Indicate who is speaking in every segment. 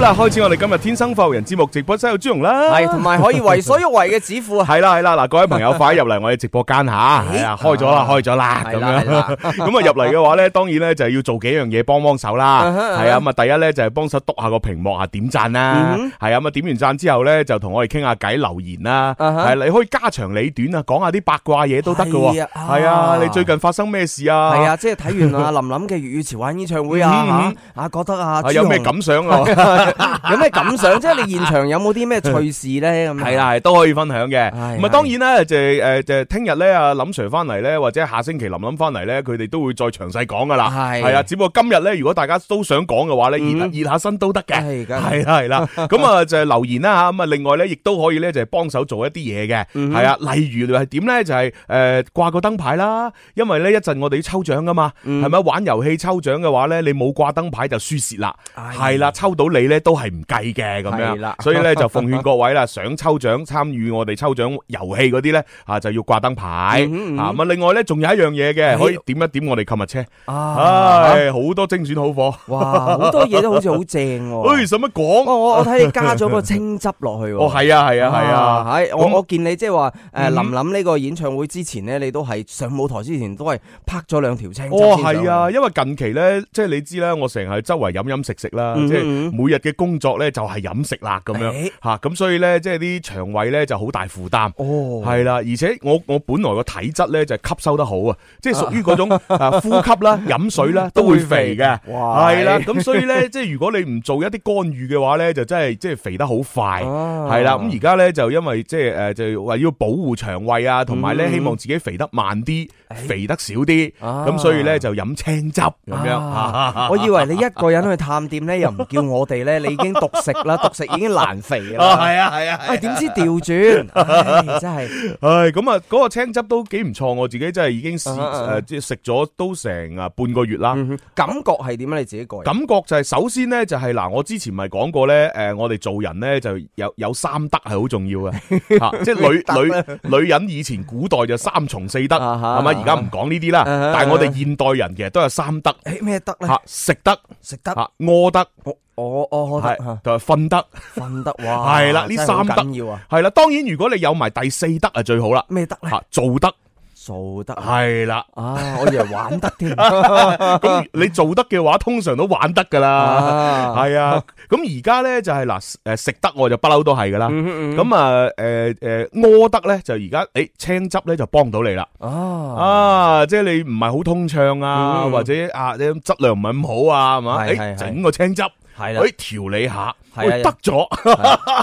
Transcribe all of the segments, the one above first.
Speaker 1: 啦，開始我哋今日天生發人節目直播室有朱容啦，
Speaker 2: 系同埋可 以為所欲為嘅指父啊，
Speaker 1: 係啦係啦，嗱各位朋友快啲入嚟我哋直播間吓，係啊開咗啦開咗啦咁
Speaker 2: 係啦
Speaker 1: 樣，
Speaker 2: 係啦
Speaker 1: 咁啊入嚟嘅話咧，當然咧就係要做幾樣嘢幫幫手啦，
Speaker 2: 啊哈啊哈
Speaker 1: 係啊咁啊第一咧就係幫手督下個屏幕啊點讚啦，
Speaker 2: Mm-hmm。
Speaker 1: 係啊咁啊點完讚之後咧就同我哋傾下偈留言啦，
Speaker 2: 啊哈
Speaker 1: 係你可以家長里短啊，講下啲八卦嘢都得噶，
Speaker 2: 係啊
Speaker 1: 係啊你最近發生咩事啊？
Speaker 2: 係啊，即係睇完啊 林林嘅粵語潮玩演唱會啊
Speaker 1: 嗯，
Speaker 2: 嚇啊覺得啊
Speaker 1: 啊，有咩感想啊？
Speaker 2: 朱紅 有咩感想？即係你現場有冇啲咩趣事咧？咁
Speaker 1: 系啦，系都可以分享嘅。
Speaker 2: 係
Speaker 1: 咁啊，
Speaker 2: 係
Speaker 1: 當然啦，就诶就係聽日咧，阿林 Sir 翻嚟咧，或者下星期林林翻嚟咧，佢哋都會再詳細講噶啦。
Speaker 2: 係嗯
Speaker 1: 係啊，只不過今日咧，如果大家都想講嘅話咧，熱熱下身都得嘅。
Speaker 2: 係梗係
Speaker 1: 係啦係啦，咁啊就係留言啦吓，咁啊另外咧亦都可以咧就係幫手做一啲嘢嘅，
Speaker 2: 嗯
Speaker 1: 係啊，例如係點咧就係诶掛個燈牌啦，因為咧一陣我哋要抽獎噶嘛，
Speaker 2: 嗯
Speaker 1: 係咪玩遊戲抽獎嘅話咧，你冇掛燈牌就輸蝕啦，
Speaker 2: 唉
Speaker 1: 係啦，抽到你咧都係唔計嘅咁
Speaker 2: 係啦
Speaker 1: 樣，所以咧就奉勸各位啦，想抽獎參與我哋抽獎遊戲嗰啲咧啊就要掛燈牌
Speaker 2: 嗯嗯嗯
Speaker 1: 啊咁啊，另外咧仲有一樣嘢嘅，
Speaker 2: 係
Speaker 1: 可以點一點我哋購物車，
Speaker 2: 啊，
Speaker 1: 唉好多精選好貨，
Speaker 2: 哇，好多嘢都好似好正
Speaker 1: 唉
Speaker 2: 喎。
Speaker 1: 使乜講？
Speaker 2: 我我我睇你加咗個青汁落去喎。
Speaker 1: 哎哦係啊係啊係啊。
Speaker 2: 係
Speaker 1: 咁
Speaker 2: 我我見你即係話誒
Speaker 1: 嗯
Speaker 2: 林林呢個演唱會之前咧，你都係上舞台之前都係拍咗兩條青汁
Speaker 1: 哦，
Speaker 2: 先上
Speaker 1: 係啊，因為近期咧，即係你知啦，我成日周圍飲飲食食啦，
Speaker 2: 嗯
Speaker 1: 即係每日嘅工作咧就係飲食啦咁樣
Speaker 2: 誒
Speaker 1: 吓，咁所以咧即係啲腸胃咧就好大負擔。
Speaker 2: 哦，
Speaker 1: 係啦，而且我我本來個體質咧就係吸收得好啊，即係屬於 嗰種啊呼吸啦、飲水啦都會肥嘅，
Speaker 2: 哇
Speaker 1: 係啦，咁所以 咧即係如果你唔做一啲干預嘅話咧，就真係即係肥得好快，
Speaker 2: 啊
Speaker 1: 係啦。咁而家咧就因為即係誒就話要保護腸胃啊，同埋咧
Speaker 2: 嗯哎
Speaker 1: 希望自己肥得慢啲，肥得少啲，
Speaker 2: 啊
Speaker 1: 咁所以咧就飲青汁咁樣
Speaker 2: 啊。我以為你一個人去探店咧，又唔叫我哋咧，你已經獨食 啦，獨食已經難肥
Speaker 1: 啊，
Speaker 2: 啦。
Speaker 1: 係啊，係啊，
Speaker 2: 哦啊，點知調 轉，唉真係
Speaker 1: 唉，咁啊，嗰個青汁都幾唔錯，我自己真係已經試
Speaker 2: 啊啊啊
Speaker 1: 誒，即係食咗都成啊半個月啦。
Speaker 2: 感覺係點啊？你自己個人
Speaker 1: 感覺就係首先咧，就係嗱，我之前咪講過咧，誒，我哋做人咧就有有三德係好重 要嘅，嚇，即係女女女人以前古代就三從四德，
Speaker 2: 啊哈
Speaker 1: 係咪？而家唔講呢啲啦，
Speaker 2: 啊哈
Speaker 1: 但係我哋現代人其實都有三德，
Speaker 2: 誒咩得咧？
Speaker 1: 嚇，食得，
Speaker 2: 食得
Speaker 1: 嚇，屙得，
Speaker 2: 我我我可
Speaker 1: 係
Speaker 2: 得嚇
Speaker 1: 同埋瞓得，
Speaker 2: 瞓得哇！
Speaker 1: 係啦，呢
Speaker 2: 真係好
Speaker 1: 三德
Speaker 2: 緊要啊！
Speaker 1: 係啦。當然，如果你有埋第四德啊，最好啦，
Speaker 2: 咩得咧？
Speaker 1: 嚇，做得
Speaker 2: 做得啊！
Speaker 1: 係啦。
Speaker 2: 我以為玩得 添啊
Speaker 1: 咁你做得嘅話，通常都玩得㗎啦。
Speaker 2: 啊！
Speaker 1: 系啊，咁而家咧就係嗱，诶食得我就不嬲都係噶啦，
Speaker 2: 嗯
Speaker 1: 咁啊诶诶屙得咧就而家诶青汁咧就幫到你啦，
Speaker 2: 啊！
Speaker 1: 啊即係你唔係好通暢啊，
Speaker 2: 嗯
Speaker 1: 或者啊你質量唔係咁好啊，係嘛，
Speaker 2: 係
Speaker 1: 诶
Speaker 2: 係係
Speaker 1: 整個青汁，
Speaker 2: 係啦
Speaker 1: 诶，調理下，
Speaker 2: 係啊
Speaker 1: 喂得咗，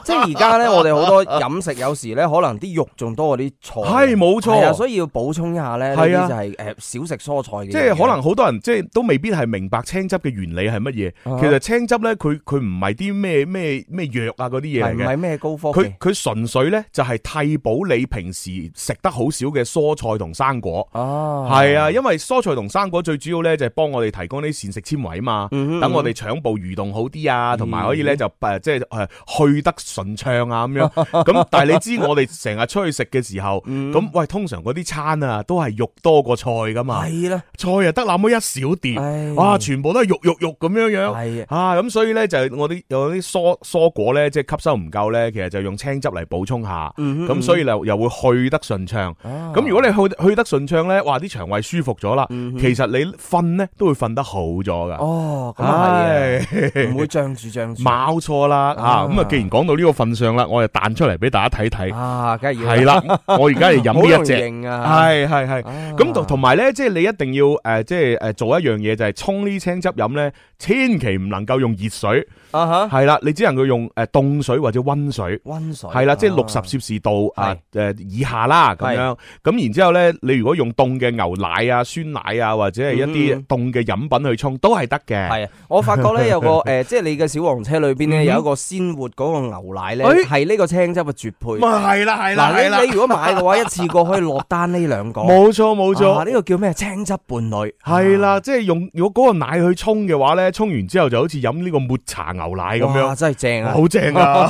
Speaker 2: 即係而家咧，我哋好多飲食有時咧，可能啲肉仲多過啲菜。
Speaker 1: 係冇錯
Speaker 2: 係啊，所以要補充一下咧，呢
Speaker 1: 係啊
Speaker 2: 啲就係誒少食蔬菜嘅嘢。
Speaker 1: 即係可能好多人即係都未必係明白青汁嘅原理係乜嘢，
Speaker 2: 啊
Speaker 1: 其實青汁咧佢佢唔係啲咩咩咩藥啊嗰啲嘢
Speaker 2: 係
Speaker 1: 嚟
Speaker 2: 唔
Speaker 1: 嘅。
Speaker 2: 係咩高科
Speaker 1: 佢
Speaker 2: 技？
Speaker 1: 佢純粹咧就係替補你平時食得好少嘅蔬菜同生果。
Speaker 2: 哦，
Speaker 1: 係啊，因為蔬菜同生果最主要咧就係幫我哋提供啲膳食纖維啊嘛，等我哋腸部蠕動好啲啊，同埋可以咧就誒即係誒去得順暢啊咁樣。咁但係你知我哋成日出去食嘅時候，咁喂通常嗰啲餐啊都係肉多過菜噶嘛，
Speaker 2: 係啦，
Speaker 1: 菜啊得那麼一小碟，
Speaker 2: 唉
Speaker 1: 哇全部都係肉肉肉咁樣樣。
Speaker 2: 係啊。
Speaker 1: 啊，咁所以咧就係我啲有啲蔬蔬果咧，即係吸收唔夠咧，其實就用青汁嚟補充下，咁、所以又又會去得順暢。咁、如果你去去得順暢咧，哇啲腸胃舒服咗啦，其實你瞓咧都會瞓得好咗噶。
Speaker 2: 哦，咁啊係
Speaker 1: 唉
Speaker 2: 啊，唔會漲住漲住。
Speaker 1: 冇錯啦，啊
Speaker 2: 啊
Speaker 1: 咁啊，既然講到呢個份上啦，我就彈出嚟俾大家睇睇。
Speaker 2: 啊，梗係要
Speaker 1: 係，啦，我而家係飲
Speaker 2: 好
Speaker 1: 呢
Speaker 2: 容
Speaker 1: 一
Speaker 2: 易
Speaker 1: 隻，
Speaker 2: 認啊，
Speaker 1: 係係係。
Speaker 2: 啊
Speaker 1: 咁同同埋咧，即係你一定要誒，即係誒做一樣嘢，就係沖呢青汁飲咧，千祈唔能夠用熱水。
Speaker 2: 啊 哈，
Speaker 1: 系啦，你只能夠用诶冻水或者温水，
Speaker 2: 温水
Speaker 1: 係啦，即係
Speaker 2: 啊
Speaker 1: 六十攝氏度啊
Speaker 2: 係
Speaker 1: 诶以下啦咁樣。咁然之后咧，你如果用凍嘅牛奶啊、酸奶啊，或
Speaker 2: 嗯
Speaker 1: 者係一啲凍嘅飲品去沖，都係得嘅。
Speaker 2: 係啊，我發覺 咧有個誒，即係你嘅小黃車裏邊
Speaker 1: 嗯
Speaker 2: 咧有一個鮮活嗰個牛奶咧，
Speaker 1: 哎
Speaker 2: 係呢個青汁嘅絕配。
Speaker 1: 咪系啦，系
Speaker 2: 嗱，你你如果買嘅話，一次過可以落單呢兩個。
Speaker 1: 冇錯 冇
Speaker 2: 哦啊呢
Speaker 1: 錯，
Speaker 2: 啊個叫咩？青汁伴侶。
Speaker 1: 係啦，即係用如果嗰個奶去沖嘅話咧，沖完之後就好似飲呢個抹茶牛牛奶咁樣。
Speaker 2: 哇真係正啊！
Speaker 1: 好正啊！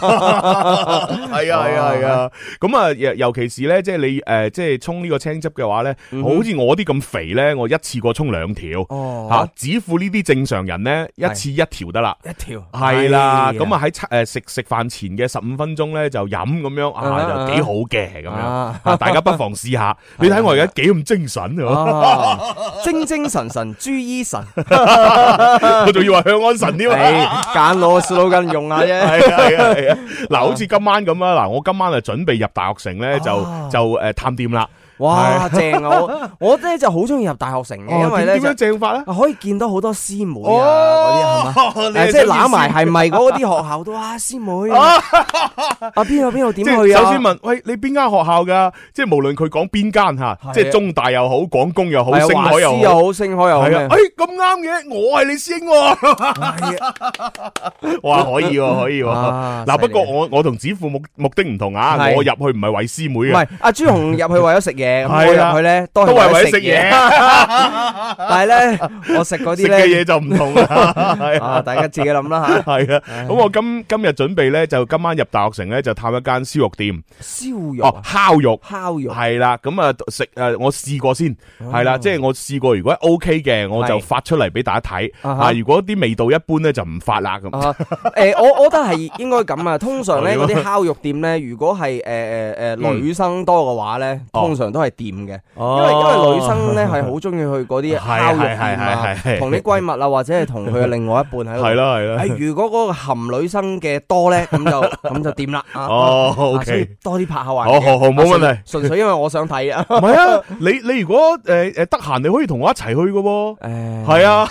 Speaker 1: 係啊係啊係啊！咁啊，尤尤其是咧，即係你诶，即係沖呢個青汁嘅話咧，
Speaker 2: 嗯哼
Speaker 1: 好似我啲咁肥咧，我一次過沖兩條吓
Speaker 2: 哦，，
Speaker 1: 只付呢啲正常人咧，一次一條得啦。
Speaker 2: 一條
Speaker 1: 係啦，咁
Speaker 2: 啊，
Speaker 1: 啊喺诶食食飯前嘅十五分鐘咧就飲咁樣
Speaker 2: 啊
Speaker 1: 啊，就幾好嘅咁樣。
Speaker 2: 啊
Speaker 1: 啊大家不妨試 下，你睇我而家幾咁精神啊！
Speaker 2: 啊精精神神，朱醫神，
Speaker 1: 我仲以為向安神添啊！
Speaker 2: 唉，揀我 slogan à 用下啫。
Speaker 1: 系 啊系啊系啊！嗱，好似今晚咁啊，嗱，我今晚就準備入大學城咧，就
Speaker 2: 啊
Speaker 1: 就诶探店啦。
Speaker 2: 哇，正啊！我我咧就好中意入大學城嘅，因為咧
Speaker 1: 點
Speaker 2: 就
Speaker 1: 樣正法咧？
Speaker 2: 啊可以見到好多師妹啊嗰 啲係嘛。
Speaker 1: 哦，
Speaker 2: 誒即係揦埋係咪嗰啲學校都啊師妹啊啊邊度邊度點
Speaker 1: 即
Speaker 2: 去
Speaker 1: 係
Speaker 2: 啊？
Speaker 1: 首先問，喂，你邊間學校㗎？即係無論佢講邊間
Speaker 2: 係
Speaker 1: 吓
Speaker 2: 啊，
Speaker 1: 即係中大又好，廣工又好，
Speaker 2: 係啊
Speaker 1: 星海
Speaker 2: 華師又
Speaker 1: 又好。
Speaker 2: 好，星海又好
Speaker 1: 係
Speaker 2: 咩
Speaker 1: 啊，？诶咁啱嘅，我係你師 兄喎，哇可以喎，可以喎。
Speaker 2: 啊
Speaker 1: 嗱，不過
Speaker 2: 犀利
Speaker 1: 我我同子父目目的唔同啊，
Speaker 2: 係
Speaker 1: 我入去唔係為師妹嘅，
Speaker 2: 唔係阿朱紅入去為咗食 嘢，咁
Speaker 1: 啊係啦啊
Speaker 2: 我入去咧都
Speaker 1: 都
Speaker 2: 係
Speaker 1: 係為
Speaker 2: 為
Speaker 1: 咗
Speaker 2: 咗食
Speaker 1: 食
Speaker 2: 嘢。
Speaker 1: 嘢，
Speaker 2: 但係咧，我食嗰
Speaker 1: 食
Speaker 2: 啲
Speaker 1: 嘅
Speaker 2: 咧
Speaker 1: 嘢就唔 同啦。係啊
Speaker 2: 啊，大家自己 諗啦
Speaker 1: 系啊，咁我今今日準備咧，就今晚入大學城咧，就探一間燒肉店，
Speaker 2: 吓。燒肉
Speaker 1: 哦
Speaker 2: 啊、，
Speaker 1: 烤肉。
Speaker 2: 烤肉，
Speaker 1: 係啦，咁啊食诶，我試過先，係啦，即係我試過，如果 O K 嘅，我就
Speaker 2: 哦係
Speaker 1: 發出嚟俾大家睇。
Speaker 2: 啊哈
Speaker 1: 啊，如果啲味道一般咧，就唔發啦咁。
Speaker 2: 啊，誒，我我覺得係應該咁啊。通常咧，
Speaker 1: 係咯嗯
Speaker 2: 嗰啲烤肉店咧，如果係誒誒誒女生多嘅話咧，
Speaker 1: 哦
Speaker 2: 通常都係掂嘅，哦因為因
Speaker 1: 因
Speaker 2: 為女生咧係好中意去 嗰啲烤肉
Speaker 1: 係
Speaker 2: 店啊
Speaker 1: 係係係係，
Speaker 2: 同啲閨蜜啊，或者係同佢嘅另外一半喺度。
Speaker 1: 係啦係啦，
Speaker 2: 誒，如果嗰個含女生嘅多咧，咁就咁就掂啦啊。
Speaker 1: 哦
Speaker 2: 啊所以
Speaker 1: ，OK，
Speaker 2: 多啲拍下環
Speaker 1: 好
Speaker 2: 嘅。
Speaker 1: 好好，冇問題。
Speaker 2: 純粹因為我想睇啊。
Speaker 1: 唔係啊，你你如果诶诶得閒，你可以同我一齊去嘅喎。
Speaker 2: 誒，
Speaker 1: 係 啊，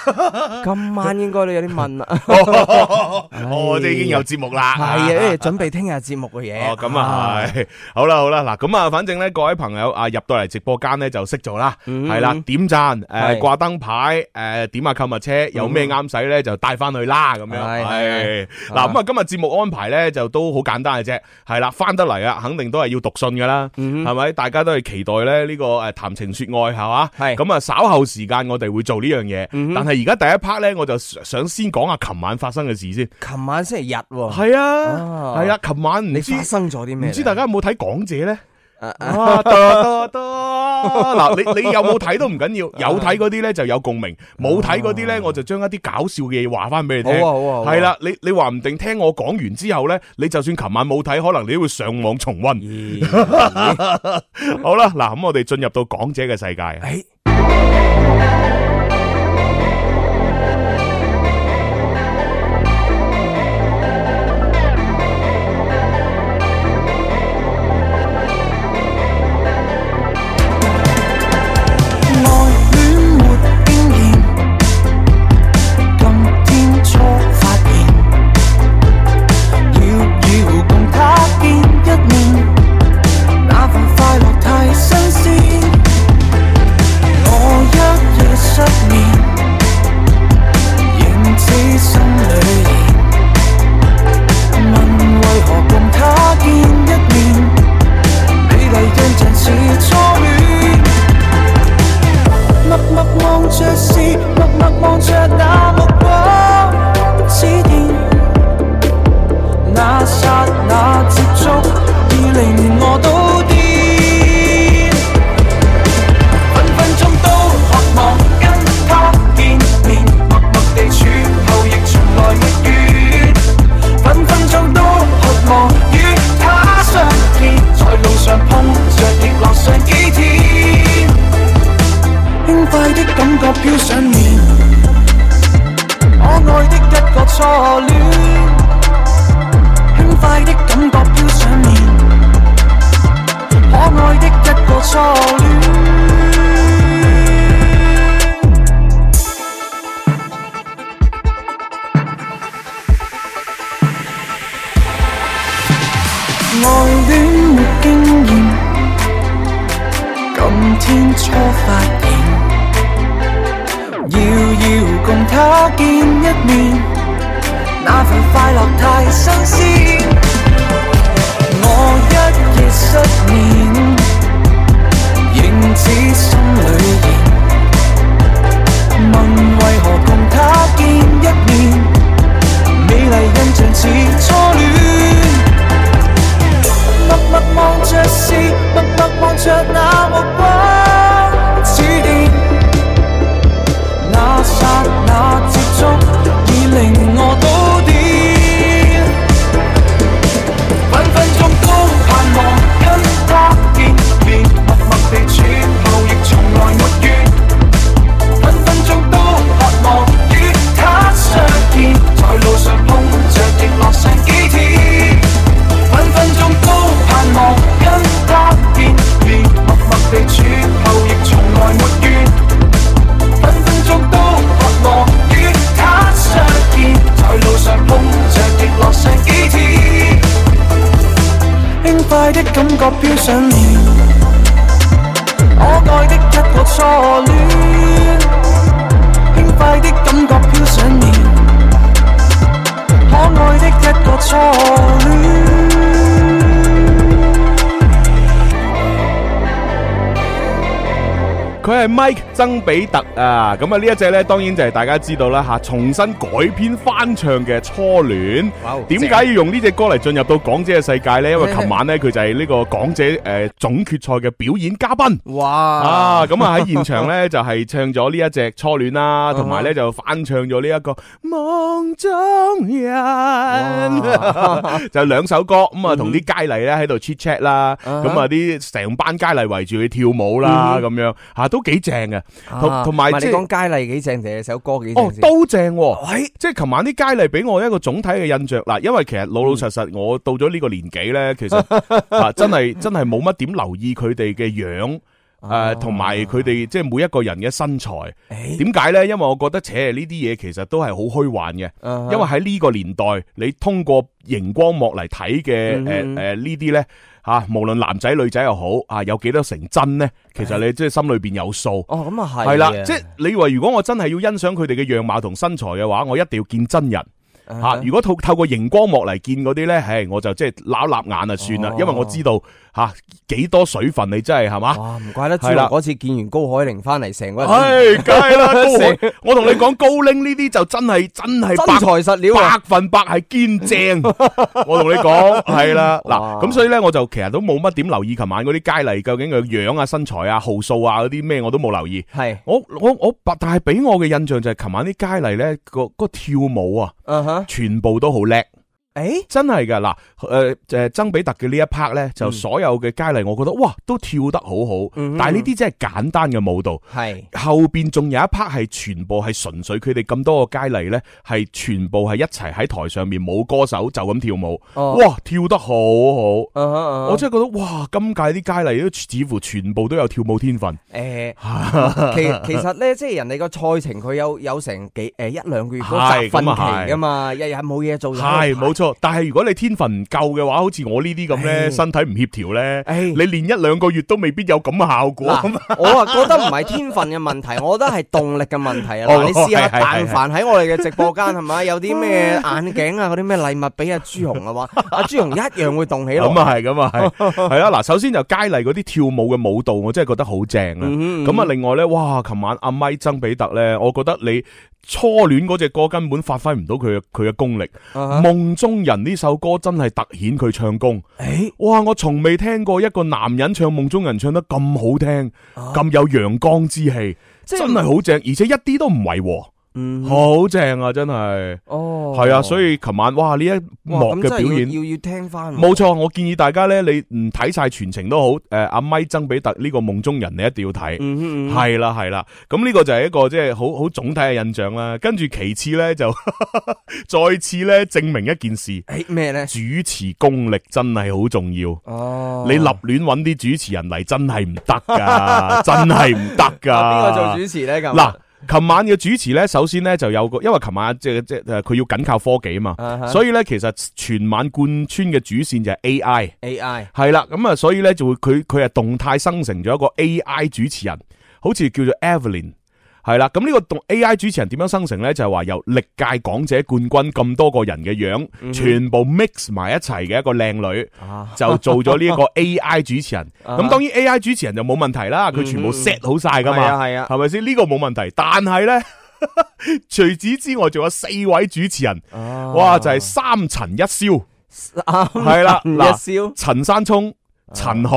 Speaker 2: 今晚應該都有啲問 啦。
Speaker 1: 我哦哋已經有節目啦。
Speaker 2: 係啊，因為準備聽日節目嘅嘢。
Speaker 1: 哦，咁啊係， 好啦好啦，嗱咁啊，反正咧各位朋友啊入到嚟直播間咧就識做啦，
Speaker 2: 嗯
Speaker 1: 係啦，點讚
Speaker 2: 係嗯
Speaker 1: 誒掛燈牌誒點下購物車，有咩啱使咧就帶翻去啦咁樣，
Speaker 2: 係
Speaker 1: 係嗱咁啊今日節目安排咧就都好簡單嘅啫，係啦翻得嚟啊，肯定都係要讀信噶啦，
Speaker 2: 嗯
Speaker 1: 係咪？大家都係期待咧呢個誒談情説愛係嘛？
Speaker 2: 係
Speaker 1: 咁啊，稍後時間我哋會做呢樣嘢，
Speaker 2: 嗯哼
Speaker 1: 但係而家第一 part 咧，我就想先講下琴晚發生嘅事先。
Speaker 2: 琴晚星期日喎。
Speaker 1: 係啊，
Speaker 2: 哦
Speaker 1: 係啊，琴晚唔
Speaker 2: 你
Speaker 1: 知
Speaker 2: 發生咗啲咩咧？
Speaker 1: 唔知大家有冇睇港姐咧？
Speaker 2: 啊啊
Speaker 1: 啊，得得得！嗱，你你有冇睇都唔緊
Speaker 2: 啊
Speaker 1: 要，有睇嗰啲咧就有共鳴，冇睇嗰啲咧我就將一啲搞笑嘅嘢話翻俾你
Speaker 2: 好
Speaker 1: 聽。
Speaker 2: 啊好啊，好啊
Speaker 1: 係，啦，你你話唔定聽我講完之後咧，你就算琴晚冇睇，可能你都會上網重温。 好啦，嗱，咁我哋進入到港姐嘅世界。啊
Speaker 2: 诶，
Speaker 3: 愛戀沒經驗，今天初發現，要要共他見一面，那份快樂太新鮮。我一夜失眠，仍知心裏言，問為何共他見一面，美麗印象是初戀。默默望着是，默默望着那目光似電，那刹那接觸已令我都癲。分分鐘都渴望跟他見面，默默地處後亦從來沒怨。分分鐘都渴望與他相見，在路上碰着亦樂上幾天。輕快的感覺飄上面，可愛的一個初戀，輕快的感覺飄上面，可愛的一個初戀。愛戀沒經驗。今天初發現，遙遙共他見一面，那份快樂太新鮮。我一夜失眠，仍知心裏言，問為何共他見一面，美麗印
Speaker 4: 快的感覺飄上面，可愛的一個初戀，輕快的感覺飄上面，可愛的一個初戀。
Speaker 1: 佢系 Mike 曾比特啊，咁啊呢一隻咧，當然就係大家知道啦吓，重新改編翻唱嘅《初戀》。點解要用呢只歌嚟進入到港姐嘅世界 呢？因為琴晚咧佢就係呢個港姐诶总决賽嘅表演嘉賓啊，咁啊喺現場咧就係唱咗呢一隻《初戀》啦，同埋咧就翻唱咗呢一個《夢中人》， 就兩首歌咁啊，同啲佳麗咧喺度 chit chat 啦，咁啊啲成班佳麗圍住佢跳舞啦，咁樣吓都幾正嘅，同同埋即係哦都正喎。即係琴晚啲佳麗俾我一個總體嘅印象嗱，因為其實老
Speaker 2: 嗯
Speaker 1: 老實實我到咗呢個年紀咧，其實 啊真係真係冇乜點留意佢哋嘅樣。
Speaker 2: 啊
Speaker 1: 誒，同埋佢哋即係每一個人嘅身材，點解呢？因為我覺得，扯呢啲嘢其實都係好虛幻
Speaker 2: 啊
Speaker 1: 嘅，因為喺呢個年代，你通過熒光幕嚟睇嘅誒
Speaker 2: 嗯
Speaker 1: 誒呢啲呢，嚇、無論男仔女仔又好啊，有幾多成真呢？其實你即係心裏邊有數。系啦，即系你话如果我真系要欣赏佢哋嘅样貌同身材嘅话，我一定要见真人吓。
Speaker 2: 啊
Speaker 1: 如果透透过荧光幕嚟见嗰啲呢，唉，我就即系揦揦眼啊算啦
Speaker 2: 哦，
Speaker 1: 因为我知道吓几多水分你真系系嘛。
Speaker 2: 哦
Speaker 1: 係啦。唉，梗系啦，高海我同你讲高拎呢啲就真系真系百
Speaker 2: 啊
Speaker 1: 百分百系堅正， 我同你講係啦，
Speaker 2: 哇
Speaker 1: 嗱咁所以咧我就其實都冇乜點留意琴晚嗰啲佳麗究竟佢樣啊、身材啊、號數啊嗰啲咩我都冇留意。我我我，但係俾我嘅印象就係琴晚啲佳麗咧個個跳舞啊，全部都好叻，真係噶嗱，誒、呃、曾比特嘅呢一 part 咧，就
Speaker 2: 嗯
Speaker 1: 所有嘅佳麗，我覺得哇都跳得好好，
Speaker 2: 嗯
Speaker 1: 但係呢啲真係簡單嘅舞蹈。後边仲有一 part 係全部係純粹佢哋咁多個佳麗呢，係全部係一齊喺台上面冇歌手就咁跳舞，
Speaker 2: 哦
Speaker 1: 哇跳得好好，
Speaker 2: 嗯
Speaker 1: 我真係覺得哇今屆啲佳麗都似乎全部都有跳舞天分，
Speaker 2: 诶，其 其實咧，即係人哋個賽程佢有有成幾诶一兩個月嗰集
Speaker 1: 係
Speaker 2: 訓
Speaker 1: 咁啊係
Speaker 2: 期噶嘛，日日冇嘢做就喺
Speaker 1: 係
Speaker 2: 度
Speaker 1: 冇錯。但係如果你天分唔夠嘅話，好似我呢啲咁
Speaker 2: 唉
Speaker 1: 呢，身體唔協調呢，
Speaker 2: 唉
Speaker 1: 你練一兩個月都未必有咁嘅效果。
Speaker 2: 嗱，我啊覺得唔係天分嘅問題，我覺得係動力嘅問 題啊！
Speaker 1: 哦
Speaker 2: 嗱，你試下，
Speaker 1: 係係係
Speaker 2: 但凡喺我哋嘅直播間係咪有啲咩眼鏡啊，嗰啲咩禮物俾阿朱紅 嘅話，阿朱紅一樣會動起
Speaker 1: 咁
Speaker 2: 落。
Speaker 1: 啊係，咁啊係， 係啦嗱，首先就佳麗嗰啲跳舞嘅舞蹈，我真係覺得好正啊！
Speaker 2: 嗯
Speaker 1: 咁啊，，另外咧，哇！琴晚阿咪曾比特咧，我覺得你初戀嗰只歌根本發揮唔到佢嘅佢嘅功力，
Speaker 2: 嗯
Speaker 1: 夢中人》呢首歌真係突顯佢唱功。
Speaker 2: 誒
Speaker 1: 哇！我從未聽過一個男人唱《夢中人》唱得咁好聽，
Speaker 2: 啊
Speaker 1: 咁有陽光之氣，
Speaker 2: 即係
Speaker 1: 真係好正，而且一啲都唔違和，
Speaker 2: 嗯
Speaker 1: 好正啊！真係，
Speaker 2: 哦，
Speaker 1: 係啊！所以琴晚哇，呢一
Speaker 2: 哇
Speaker 1: 幕
Speaker 2: 咁
Speaker 1: 嘅
Speaker 2: 真係
Speaker 1: 表
Speaker 2: 要
Speaker 1: 演。
Speaker 2: 要要聽翻。
Speaker 1: 冇錯，我建議大家咧，你唔睇晒全程都好，诶、阿咪曾比特呢個夢中人，你一定要睇。
Speaker 2: 嗯，嗯嗯
Speaker 1: 係啦係啦，咁呢個就係一個即係好好總體嘅印象啦。跟住其次呢，就 再次呢證明一件事，
Speaker 2: 誒咩咧？
Speaker 1: 主持功力真係好重要。
Speaker 2: 哦，
Speaker 1: 你立亂揾啲主持人嚟真係唔得 噶，真係唔得
Speaker 2: 邊
Speaker 1: 噶。
Speaker 2: 個做主持咧？咁
Speaker 1: 嗱，琴晚嘅主持呢，首先呢就有個，因為琴晚即係即係誒佢要緊靠科技啊嘛，
Speaker 2: 啊哈
Speaker 1: 所以呢，其實全晚貫穿嘅主線就係 A I。
Speaker 2: AI
Speaker 1: 系啦，咁啊，所以咧就會佢佢係動態生成咗一個 AI 主持人，好似叫做 Evelyn。係啦，咁呢個動 AI 主持人點樣生成呢？就係話由歷屆港姐冠軍咁多個人嘅樣，全部 mix 埋一齊嘅一個靚女，
Speaker 2: 嗯啊，
Speaker 1: 就做咗呢一個 AI 主持人。
Speaker 2: 啊
Speaker 1: 咁當然 AI 主持人就冇問題啦，佢全部
Speaker 2: 嗯
Speaker 1: set 好晒噶
Speaker 2: 係啊
Speaker 1: 嘛，
Speaker 2: 係啊
Speaker 1: 係咪先？呢個冇問題，但係呢， 除此之外，仲有四位主持人，
Speaker 2: 啊嗯
Speaker 1: 哇，就係三層一燒。
Speaker 2: 啱
Speaker 1: 係 啦
Speaker 2: 一
Speaker 1: 嗱
Speaker 2: 燒
Speaker 1: 陈山聰、
Speaker 2: 啊
Speaker 1: 陳豪，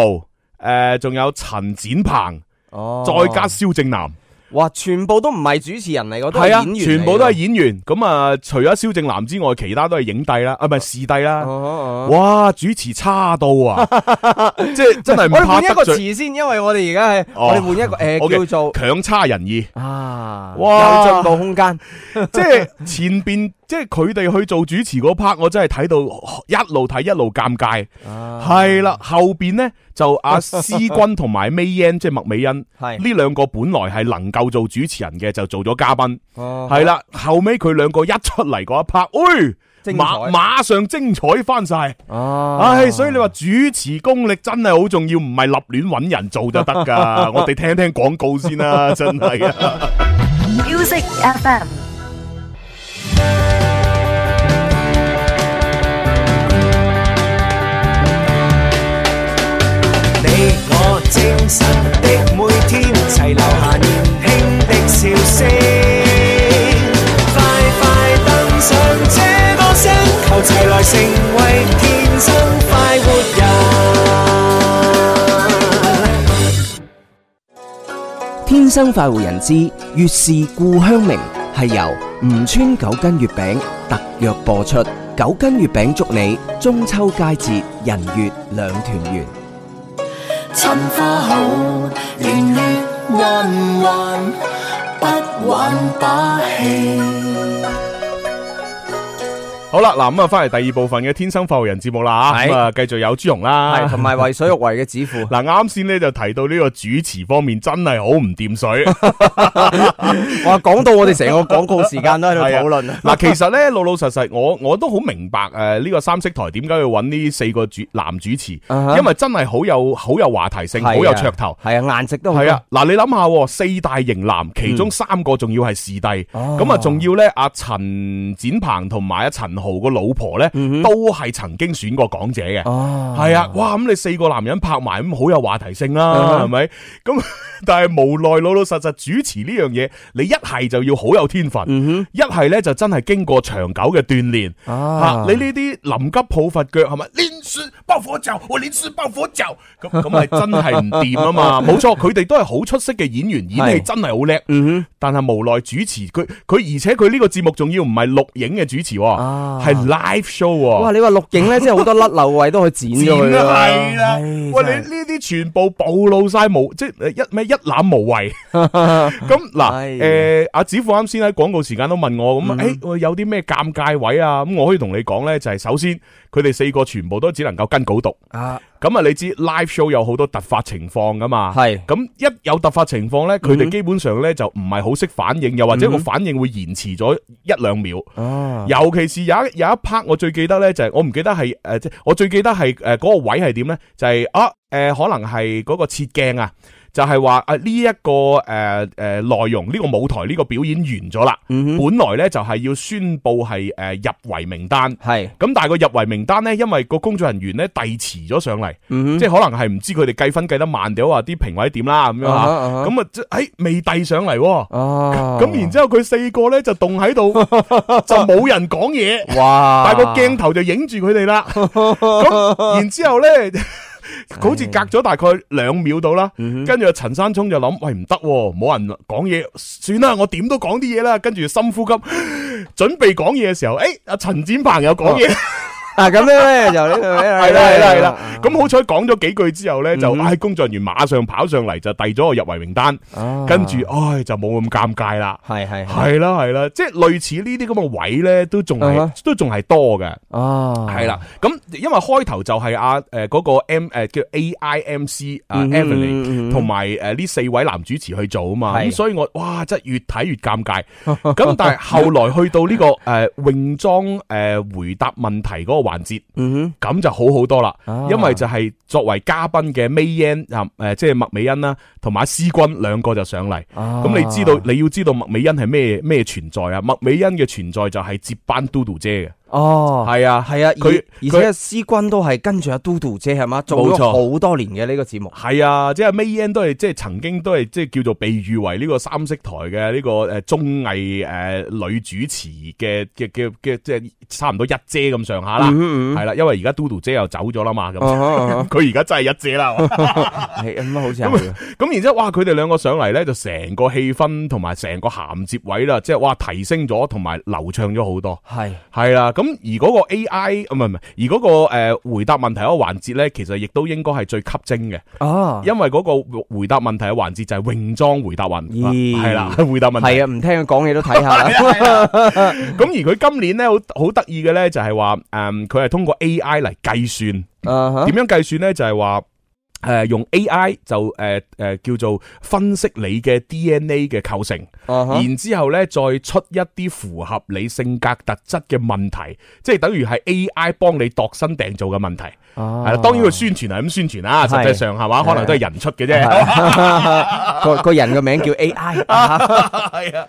Speaker 1: 诶、仲有陳展鵬，
Speaker 2: 哦
Speaker 1: 再加蕭正南，
Speaker 2: 哇！全部都唔係主持人嚟，我都係
Speaker 1: 係啊
Speaker 2: 演員嚟㗎，
Speaker 1: 全部都係演員。咁啊，除咗蕭正南之外，其他都係影帝啦，啊，唔係視帝啦。
Speaker 2: 哦。哦哦
Speaker 1: 哇，主持差到 啊，即係真係
Speaker 2: 我哋
Speaker 1: 唔怕
Speaker 2: 換一
Speaker 1: 得
Speaker 2: 個
Speaker 1: 罪，
Speaker 2: 詞先，因為我哋而家係
Speaker 1: 哦
Speaker 2: 我哋換一個诶
Speaker 1: OK
Speaker 2: 叫做
Speaker 1: 強差人意。
Speaker 2: 啊，
Speaker 1: 哇
Speaker 2: 有進步空間。
Speaker 1: 即係前边，即係佢哋去做主持嗰 part，我真係睇到一路睇一路尷尬。
Speaker 2: 啊
Speaker 1: 係啦，後边呢，就阿思君同埋 May Yan，即係麥美恩。
Speaker 2: 係
Speaker 1: 呢兩個本來係能夠做主持人嘅，就做咗嘉賓。
Speaker 2: 哦
Speaker 1: 係啦，後尾佢兩個一出嚟嗰一 part，喂，哎
Speaker 2: 精彩
Speaker 1: 馬马上精彩翻晒。
Speaker 2: 啊
Speaker 1: 唉，所以你話主持功力真係好重要，唔係立亂揾人做就得噶。我哋聽聽廣告先啦，真係啊！
Speaker 5: Music FM,
Speaker 4: 你我精神的每天，齊留下年輕的笑聲。快快登上這個星球，齊來成為天生快活人。
Speaker 6: 天生快活人之月是故鄉明係由吳川九斤月餅特約播出。九斤月餅祝你中秋佳節人月兩團圓。
Speaker 3: 趁花好，年月難還，不玩把戲。
Speaker 1: 好啦，嗱咁啊，翻嚟第二部分嘅《天生快活人》節目啦，
Speaker 2: 係
Speaker 1: 咁啊，繼續有朱容
Speaker 2: 係
Speaker 1: 啦
Speaker 2: 同。埋為所欲為嘅指父。
Speaker 1: 嗱，啱先咧就提到呢個主持方面真係好唔掂 水。
Speaker 2: 哇，講到我哋成個廣告時間都喺度討論啊！
Speaker 1: 嗱，其實咧老老實實，我我都好明白诶呢個三色台點解要揾呢四個主男主持，
Speaker 2: 啊哈
Speaker 1: 因為真係好有好有話題性，好有噱頭。
Speaker 2: 係啊，顏值都好
Speaker 1: 系啊，嗱，你諗下喎，四大型男，其中三個仲要係視帝，
Speaker 2: 嗯哦
Speaker 1: 咁啊，仲要咧，阿陳展鵬同埋阿陳豪個老婆咧，
Speaker 2: 嗯
Speaker 1: 都係曾經選過港姐嘅。
Speaker 2: 哦，
Speaker 1: 係啊，哇！咁你四個男人拍埋咁好有話題性啦，
Speaker 2: 嗯
Speaker 1: 係咪？咁 但係無奈老老實實主持呢樣嘢，你一係就要好有天分，
Speaker 2: 嗯
Speaker 1: 一係咧就真係經過長久嘅鍛鍊。吓
Speaker 2: 啊
Speaker 1: 你呢啲臨急抱佛腳係咪？連輸爆火就，我連輸爆火就， 咁咁係真係唔掂啊嘛！冇錯，佢哋都係好出色嘅演員，演戲
Speaker 2: 係
Speaker 1: 真係好叻。
Speaker 2: 嗯
Speaker 1: 但係無奈主持佢佢，而且佢呢個節目仲要唔係錄影嘅主持喎，
Speaker 2: 啊
Speaker 1: 係 live show
Speaker 2: 哼，
Speaker 1: 喎
Speaker 2: 哇！。你話錄影咧，真係好多甩漏位都去剪咗佢啦，
Speaker 1: 啊係啦，
Speaker 2: 唉
Speaker 1: 喂，
Speaker 2: 真係
Speaker 1: 你呢啲全部暴露晒無，即係一咩一覽 無遺。咁嗱，
Speaker 2: 係
Speaker 1: 誒阿子富啱先喺廣告時間都問我咁，誒我有啲咩尷尬位啊？咁我可以同你講咧，就係首先佢哋四個全部都只能夠跟稿讀。
Speaker 2: 啊，
Speaker 1: 咁啊，你知 live show 有好多突發情況噶嘛？
Speaker 2: 係
Speaker 1: 咁一有突發情況咧，佢哋基本上咧就唔係好識反應，又或者個反應會延遲咗一兩秒。啊
Speaker 2: 哦，
Speaker 1: 尤其是有一有一 part 我最記得咧，就係、我唔記得係誒，呃即、我最記得係呃誒嗰個位係點咧，就係、啊誒、呃可能係嗰個切鏡啊。就係話啊呢一個誒誒內容呢、個舞台呢、個表演完咗啦，
Speaker 2: 嗯
Speaker 1: 本來呢就係要宣佈係誒入圍名單，
Speaker 2: 係
Speaker 1: 咁但係個入圍名單呢，因為個工作人員呢遞遲咗上嚟，
Speaker 2: 嗯
Speaker 1: 即係可能係唔知佢哋計分計得慢啲，或者啲評委點啦咁樣
Speaker 2: 啊
Speaker 1: 嚇
Speaker 2: 哈啊哈，
Speaker 1: 咁啊即係誒未遞上嚟喎，
Speaker 2: 哦，
Speaker 1: 咁然之後佢四個咧就凍喺度，就冇人講嘢，
Speaker 2: 哇，
Speaker 1: 但係個鏡頭就影住佢哋啦。咁然之後咧。好似隔咗大概兩秒到啦，跟住陳山聰就諗：喂唔得喎，冇人講嘢，算啦，我點都講啲嘢啦。跟住深呼吸，準備講嘢嘅時候，誒阿陳展鵬又講嘢，
Speaker 2: 啊咁樣咧就呢個
Speaker 1: 係 啦係啦係啦。咁好彩講咗幾句之後咧，就唉工作人員馬上跑上嚟就遞咗個入圍名單，
Speaker 2: 啊
Speaker 1: 跟住唉就冇咁尷尬啦。
Speaker 2: 係係係
Speaker 1: 系啦系啦，即系类似呢啲咁嘅位咧，都仲
Speaker 2: 啊
Speaker 1: 係
Speaker 2: 哈
Speaker 1: 都仲係多嘅，
Speaker 2: 哦，
Speaker 1: 係啦。咁因為開頭就係阿诶嗰個 M 诶叫 AIMC 啊
Speaker 2: 嗯
Speaker 1: Evelyn
Speaker 2: 嗯嗯
Speaker 1: 同埋诶呢四位男主持去做啊嘛，
Speaker 2: 係
Speaker 1: 咁所以我哇真係越睇越尷 尬。咁但係後來去到呢個诶泳裝诶回答問題嗰個環節，
Speaker 2: 嗯
Speaker 1: 咁就好好多啦
Speaker 2: 啊，
Speaker 1: 因為就係作為嘉賓嘅 May Yan 啊诶即係麥美恩啦，同埋阿思君兩個就上嚟。
Speaker 2: 哼，啊
Speaker 1: 咁你知道你要知道麥美恩係咩咩存在啊？麥美恩嘅存在就係接班嘟嘟姐
Speaker 2: 哦
Speaker 1: 嘅，。係啊，
Speaker 2: 係啊，而
Speaker 1: 佢
Speaker 2: 而
Speaker 1: 佢
Speaker 2: 且思君都係跟住阿嘟嘟姐係嘛，做
Speaker 1: 冇
Speaker 2: 咗
Speaker 1: 錯
Speaker 2: 好多年嘅呢個節目。
Speaker 1: 係啊，即係 May Yan 都係即係曾經都係即係叫做被譽為呢個三色台嘅呢個誒綜藝誒女主持嘅嘅嘅嘅即係差唔多一姐咁上下啦，係啦，因為而家嘟嘟姐又走咗啦嘛，咁
Speaker 2: 哦
Speaker 1: 佢而家真係一姐啦。
Speaker 2: 系咁啊，好似係
Speaker 1: 咁然之後，哇！佢哋兩個上嚟咧，就成個氣氛同埋成個銜接位啦，即係哇提升咗，同埋流暢咗好多。
Speaker 2: 係
Speaker 1: 系啦，咁而嗰個 A.I. 唔係唔係，而嗰、個呃回答問題嗰個環節咧，其實亦都應該係最吸睛嘅，
Speaker 2: 啊，
Speaker 1: 因為嗰個回答問題嘅環節就係泳裝回答運，
Speaker 2: 咦
Speaker 1: 係啦， 回答問題。
Speaker 2: 係啊，唔聽佢講嘢都睇下
Speaker 1: 咁
Speaker 2: 啦。
Speaker 1: 而佢今年咧好好得意嘅咧，就係話诶，嗯佢係通過 A.I. 嚟計算，
Speaker 2: 啊哈
Speaker 1: 點樣計算咧？就係話诶用 AI 就诶诶叫做分析你嘅 DNA 嘅構成，
Speaker 2: 啊哈
Speaker 1: 然之後咧再出一啲符合你性格特質嘅問題，即係等於係 AI 幫你度身訂造嘅問題。係
Speaker 2: 啊
Speaker 1: 啦，當然佢宣傳係咁宣傳啦，實際上係嘛，可能都係人出嘅啫。
Speaker 2: 個個人嘅名叫 AI
Speaker 1: À. 系啊，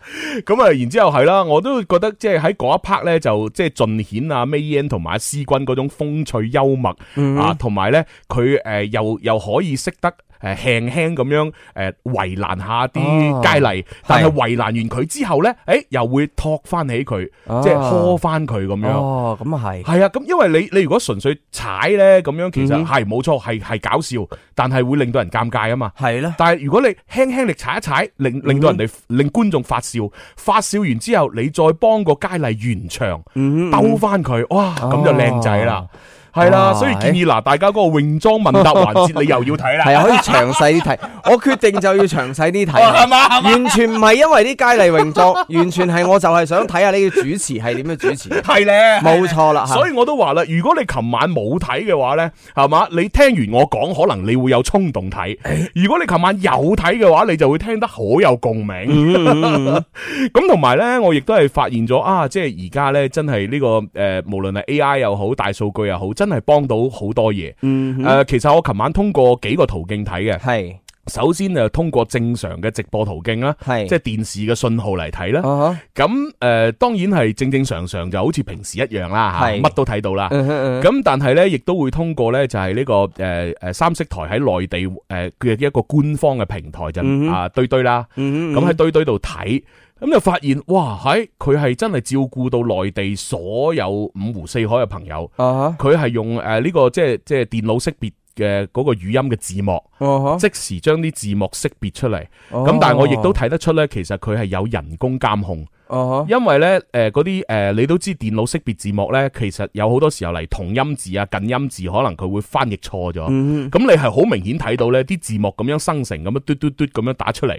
Speaker 1: 咁啊，然之后系啦，我都覺得即係喺嗰一 part 咧，就即係盡顯啊 May N 同埋阿思君嗰種風趣幽默啊，同埋咧佢诶又又可以識得。誒輕輕咁樣誒為難下啲佳麗，但係為難完佢之後咧，誒又會托翻起佢，即係呵翻佢咁樣。
Speaker 2: 哦，咁啊係，
Speaker 1: 係啊，咁因為你你如果純粹踩咧咁樣，其實係冇錯，係係搞笑，但係會令到人尷尬啊嘛。
Speaker 2: 係啦，
Speaker 1: 但系如果你輕輕力踩一踩，
Speaker 2: 嗯
Speaker 1: 令令到人哋令觀眾發笑，發笑完之後，你再幫個佳麗完場，
Speaker 2: 嗯
Speaker 1: 兜翻佢，哇，咁就靚仔
Speaker 2: 啊
Speaker 1: 啦，係啦，
Speaker 2: 哇
Speaker 1: 所以建議嗱，大家嗰個泳裝問答環節你又要睇啦，
Speaker 2: 係啊，啊可以詳細啲睇。我決定就要詳細啲睇啦，
Speaker 1: 哦係嘛係嘛
Speaker 2: 完全唔係因為啲佳麗泳裝，完全係我就係想睇下呢個主持係點樣主持嘅，
Speaker 1: 係咧，
Speaker 2: 冇錯啦。
Speaker 1: 所以我都話啦，如果你琴晚冇睇嘅話呢，係嘛？你聽完我講，可能你會有衝動睇；如果你琴晚有睇嘅話，你就會聽得好有共鳴。 咁同埋呢，我亦都係發現咗啊，即係而家呢，真係呢、個誒、呃，無論係 AI 又好，大數據又好，真係幫到好多嘢。誒、其實我琴晚通過幾個途徑睇嘅，
Speaker 2: 係
Speaker 1: 首先誒通過正常嘅直播途徑啦，
Speaker 2: 係
Speaker 1: 即係電視嘅信號嚟睇啦。
Speaker 2: 啊
Speaker 1: 咁誒、呃，當然係正正常常就好似平時一樣啦嚇，
Speaker 2: 係
Speaker 1: 乜都睇到啦。
Speaker 2: 哈嗯哼嗯
Speaker 1: 咁但係咧，亦都會通過咧就係呢、個诶诶、呃三色台喺內地诶嘅、一個官方嘅平台就、
Speaker 2: 嗯
Speaker 1: 啊堆堆啦，咁喺堆堆度睇。咁就發現，哇！喺佢係真係照顧到內地所有五湖四海嘅朋友，
Speaker 2: 啊
Speaker 1: 佢係用誒呢個即係即係電腦識別嘅嗰個語音嘅字幕，
Speaker 2: 哈啊哈
Speaker 1: 即時將啲字幕識別出嚟。
Speaker 2: Ờ 哦
Speaker 1: 咁但係我亦都睇得出咧，其實佢係有人工監控。
Speaker 2: 啊
Speaker 1: 因為咧，诶嗰啲诶，誒你都知電腦識別字幕咧，其實有好多時候嚟同音字啊、近音字，可能佢會翻譯錯咗。咁、
Speaker 2: 嗯
Speaker 1: 你係好明顯睇到咧，啲字幕咁樣生成咁樣嘟嘟嘟咁樣打出嚟，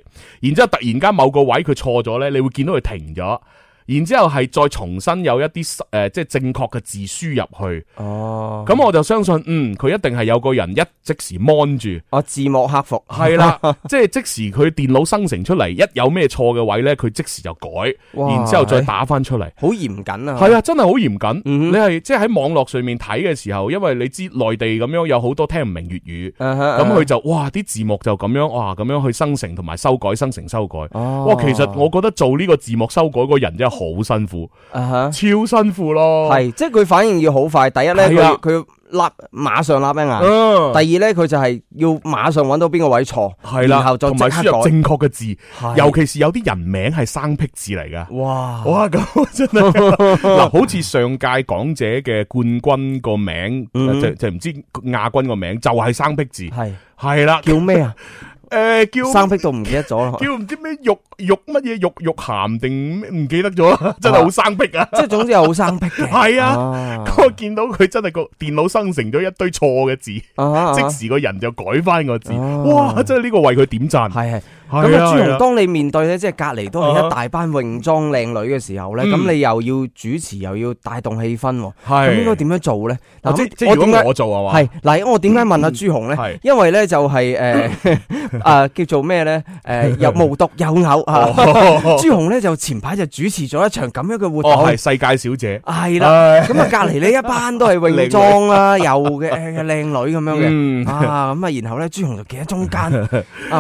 Speaker 1: 然之后突然間某個位佢錯咗咧，你會見到佢停咗。然之後係再重新有一啲誒、即係正確嘅字輸入去，
Speaker 2: 哈哦
Speaker 1: 咁我就相信，嗯，佢一定係有個人一即時 mon 住，
Speaker 2: 哦字幕客服
Speaker 1: 係 啦，即係即時佢電腦生成出嚟，一有咩錯嘅位呢，佢即時就改，
Speaker 2: 哇
Speaker 1: 然之後再打翻出嚟。
Speaker 2: 好嚴謹啊，嗯
Speaker 1: 係啊，真係好嚴謹。你係即係喺網絡上面睇嘅時候，因為你知內地咁樣有好多聽唔明粵語，
Speaker 2: 啊哈
Speaker 1: 咁佢就哇啲字幕就咁樣哇咁樣去生成同埋修改，生成修改。
Speaker 2: 哦
Speaker 1: 哇，其實我覺得做呢個字幕修改嗰個人真係好辛苦，
Speaker 2: 啊哈。
Speaker 1: 超辛苦咯。
Speaker 2: 系，即系佢反應要好快。第一咧，
Speaker 1: 係啊
Speaker 2: 佢佢立馬上立一眼；
Speaker 1: 嗯，
Speaker 2: 啊第二咧，佢就係要馬上揾到邊個位錯，
Speaker 1: 係
Speaker 2: 然
Speaker 1: 啦，
Speaker 2: 後再
Speaker 1: 同
Speaker 2: 即
Speaker 1: 埋輸
Speaker 2: 刻
Speaker 1: 入
Speaker 2: 改。
Speaker 1: 正確嘅字，
Speaker 2: 係
Speaker 1: 尤其是有啲人名係生僻字嚟㗎。
Speaker 2: 哇！
Speaker 1: 哇！咁真 係嗱，好似上屆港姐嘅冠軍個名，呃
Speaker 2: 嗯
Speaker 1: 就就唔知亞軍個名，就係生僻字，
Speaker 2: 係
Speaker 1: 係啦，
Speaker 2: 叫咩啊？
Speaker 1: 诶 叫
Speaker 2: 生僻到唔記得咗啦。
Speaker 1: 叫唔知咩玉玉乜嘢玉玉鹹定咩唔記得咗啦，真係好生僻啊！
Speaker 2: 即係總之係好生僻嘅。
Speaker 1: 係啊，
Speaker 2: 啊
Speaker 1: 咁我見到佢真係個電腦生成咗一堆錯嘅字，
Speaker 2: 啊
Speaker 1: 即時個人就改翻個字，哇！真係呢個為佢點讚，
Speaker 2: 係係。
Speaker 1: 係
Speaker 2: 咁啊，
Speaker 1: 啊
Speaker 2: 朱
Speaker 1: 係
Speaker 2: 紅，
Speaker 1: 啊
Speaker 2: 當你面對咧，即係隔離都係
Speaker 1: 啊
Speaker 2: 一大班泳裝靚女嘅時候咧，咁你又要主持，又要帶動氣氛喎，咁
Speaker 1: 係
Speaker 2: 應該點樣做咧？
Speaker 1: 啊
Speaker 2: 嗱
Speaker 1: 即即
Speaker 2: 我
Speaker 1: 如
Speaker 2: 點
Speaker 1: 果
Speaker 2: 解
Speaker 1: 我做啊係嘛，
Speaker 2: 系嗱，我點解問阿朱紅咧
Speaker 1: 嗯係？
Speaker 2: 因為咧就係诶 啊叫做咩咧？ 诶又無獨有偶啊！ 朱紅咧就前排就主持咗一場咁樣嘅活
Speaker 1: 哦
Speaker 2: 動
Speaker 1: 係。世界小姐，
Speaker 2: 係啦，咁啊隔離呢一班都係泳 裝啦，又嘅嘅靚女咁樣
Speaker 1: 嗯
Speaker 2: 嘅，啊咁啊，然後咧朱紅就企喺中 間啊，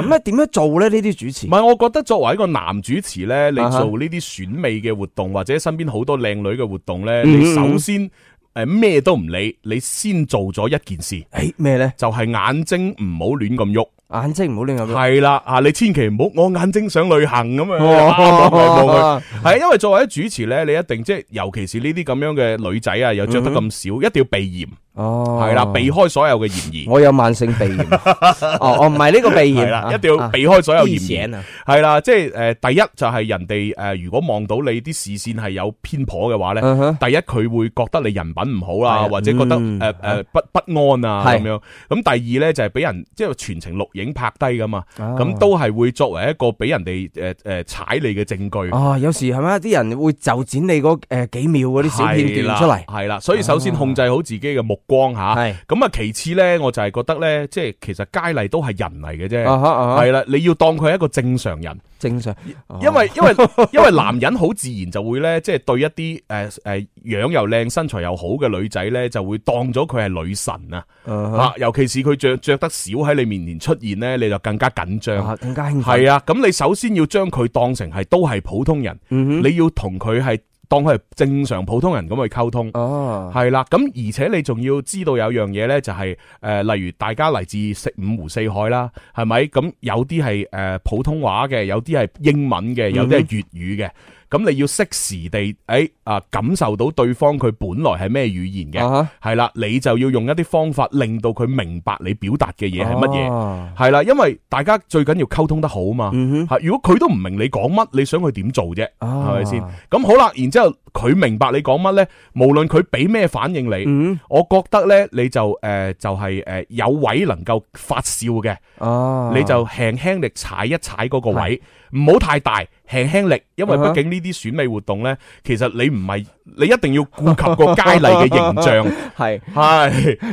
Speaker 2: 咁啊點樣做咧呢啲主持
Speaker 1: 唔？係，我覺得作為一個男主持呢，你
Speaker 2: 啊哈
Speaker 1: 做呢啲選美嘅活動或者身邊好多靚女嘅活動呢，
Speaker 2: 嗯
Speaker 1: 你首先誒咩都唔理，你先做咗一件事，
Speaker 2: 诶咩咧？
Speaker 1: 就係眼睛唔好亂咁喐。
Speaker 2: 眼睛唔好亂咁樣。
Speaker 1: 係啦，啊你千祈唔好我眼睛想旅行咁
Speaker 2: 哦
Speaker 1: 樣啊望嚟望去。 係因為作為一主持呢，你一定即係尤其是呢啲咁樣嘅女仔啊，又着得咁少，一定要避嫌，
Speaker 2: 嗯哦，
Speaker 1: 係啦，避開所有嘅嫌疑。
Speaker 2: 我有慢性 鼻炎。哦哦，唔係呢個鼻
Speaker 1: 係
Speaker 2: 炎
Speaker 1: 啦
Speaker 2: 啊，，
Speaker 1: 一定要
Speaker 2: 啊
Speaker 1: 避開所有嫌
Speaker 2: 鼻
Speaker 1: 疑
Speaker 2: 炎啊。
Speaker 1: 係啦，即係诶，第一就係人哋诶，如果望到你啲視線係有偏頗嘅話咧，
Speaker 2: 嗯哼
Speaker 1: 第一佢會覺得你人品唔好
Speaker 2: 係啊
Speaker 1: 啦，或者覺得
Speaker 2: 嗯
Speaker 1: 诶诶不不安啊
Speaker 2: 係
Speaker 1: 咁樣。咁第二咧就係俾人即係全程錄影拍低噶嘛，
Speaker 2: 哦
Speaker 1: 咁都係會作為一個俾人哋诶诶踩你嘅證據。
Speaker 2: 哦，有時係咪啲人會就剪你嗰誒幾秒嗰啲小片段出嚟？啊
Speaker 1: 係啦，所以首先控制好自己嘅目光吓。
Speaker 2: 係
Speaker 1: 咁啊，其次咧，我就係覺得咧，即係其實佳麗都係人嚟嘅啫。
Speaker 2: 啊哈啊哈
Speaker 1: 係啦，你要當佢係一個正常人，
Speaker 2: 正常，哦
Speaker 1: 因為因為因為男人好自然就會咧，即係對一啲诶诶样又靚、身材又好嘅女仔咧，就會當咗佢係女神啊！
Speaker 2: 啊
Speaker 1: 啊，尤其是佢着着得少喺你面前出現咧，你就更加緊張。
Speaker 2: 啊更加興奮
Speaker 1: 系啊，咁你首先要將佢當成係都係普通人，你要同佢係當佢係正常普通人咁去溝通。
Speaker 2: 哦，
Speaker 1: 係啦，咁而且你仲要知道有樣嘢呢，就係呃例如大家嚟自四五湖四海啦，係咪？咁有啲係诶普通話嘅，有啲係英文嘅，有啲係粵語嘅。咁你要適時地诶啊感受到對方佢本來係咩語言嘅。
Speaker 2: 啊
Speaker 1: 系啦，你就要用一啲方法令到佢明白你表達嘅嘢係乜嘢。
Speaker 2: 嘢？
Speaker 1: 係啦，因為大家最緊要溝通得好嘛。
Speaker 2: 嗯哼，
Speaker 1: 係如果佢都唔明你講乜，你想佢點做啫？
Speaker 2: 係
Speaker 1: 係咪先？咁好啦，然之後佢明白你講乜呢？無論佢俾咩反應你，
Speaker 2: 嗯，
Speaker 1: 我覺得呢，你就诶、呃就係呃有位能夠發笑嘅，
Speaker 2: 哦，
Speaker 1: 你就輕輕力踩一踩嗰個位，唔好太大，輕輕力，因為
Speaker 2: 嗯哼
Speaker 1: 畢竟呢啲選美活動呢，其實你唔係你一定要顧及個佳麗嘅形 象。
Speaker 2: 係
Speaker 1: 系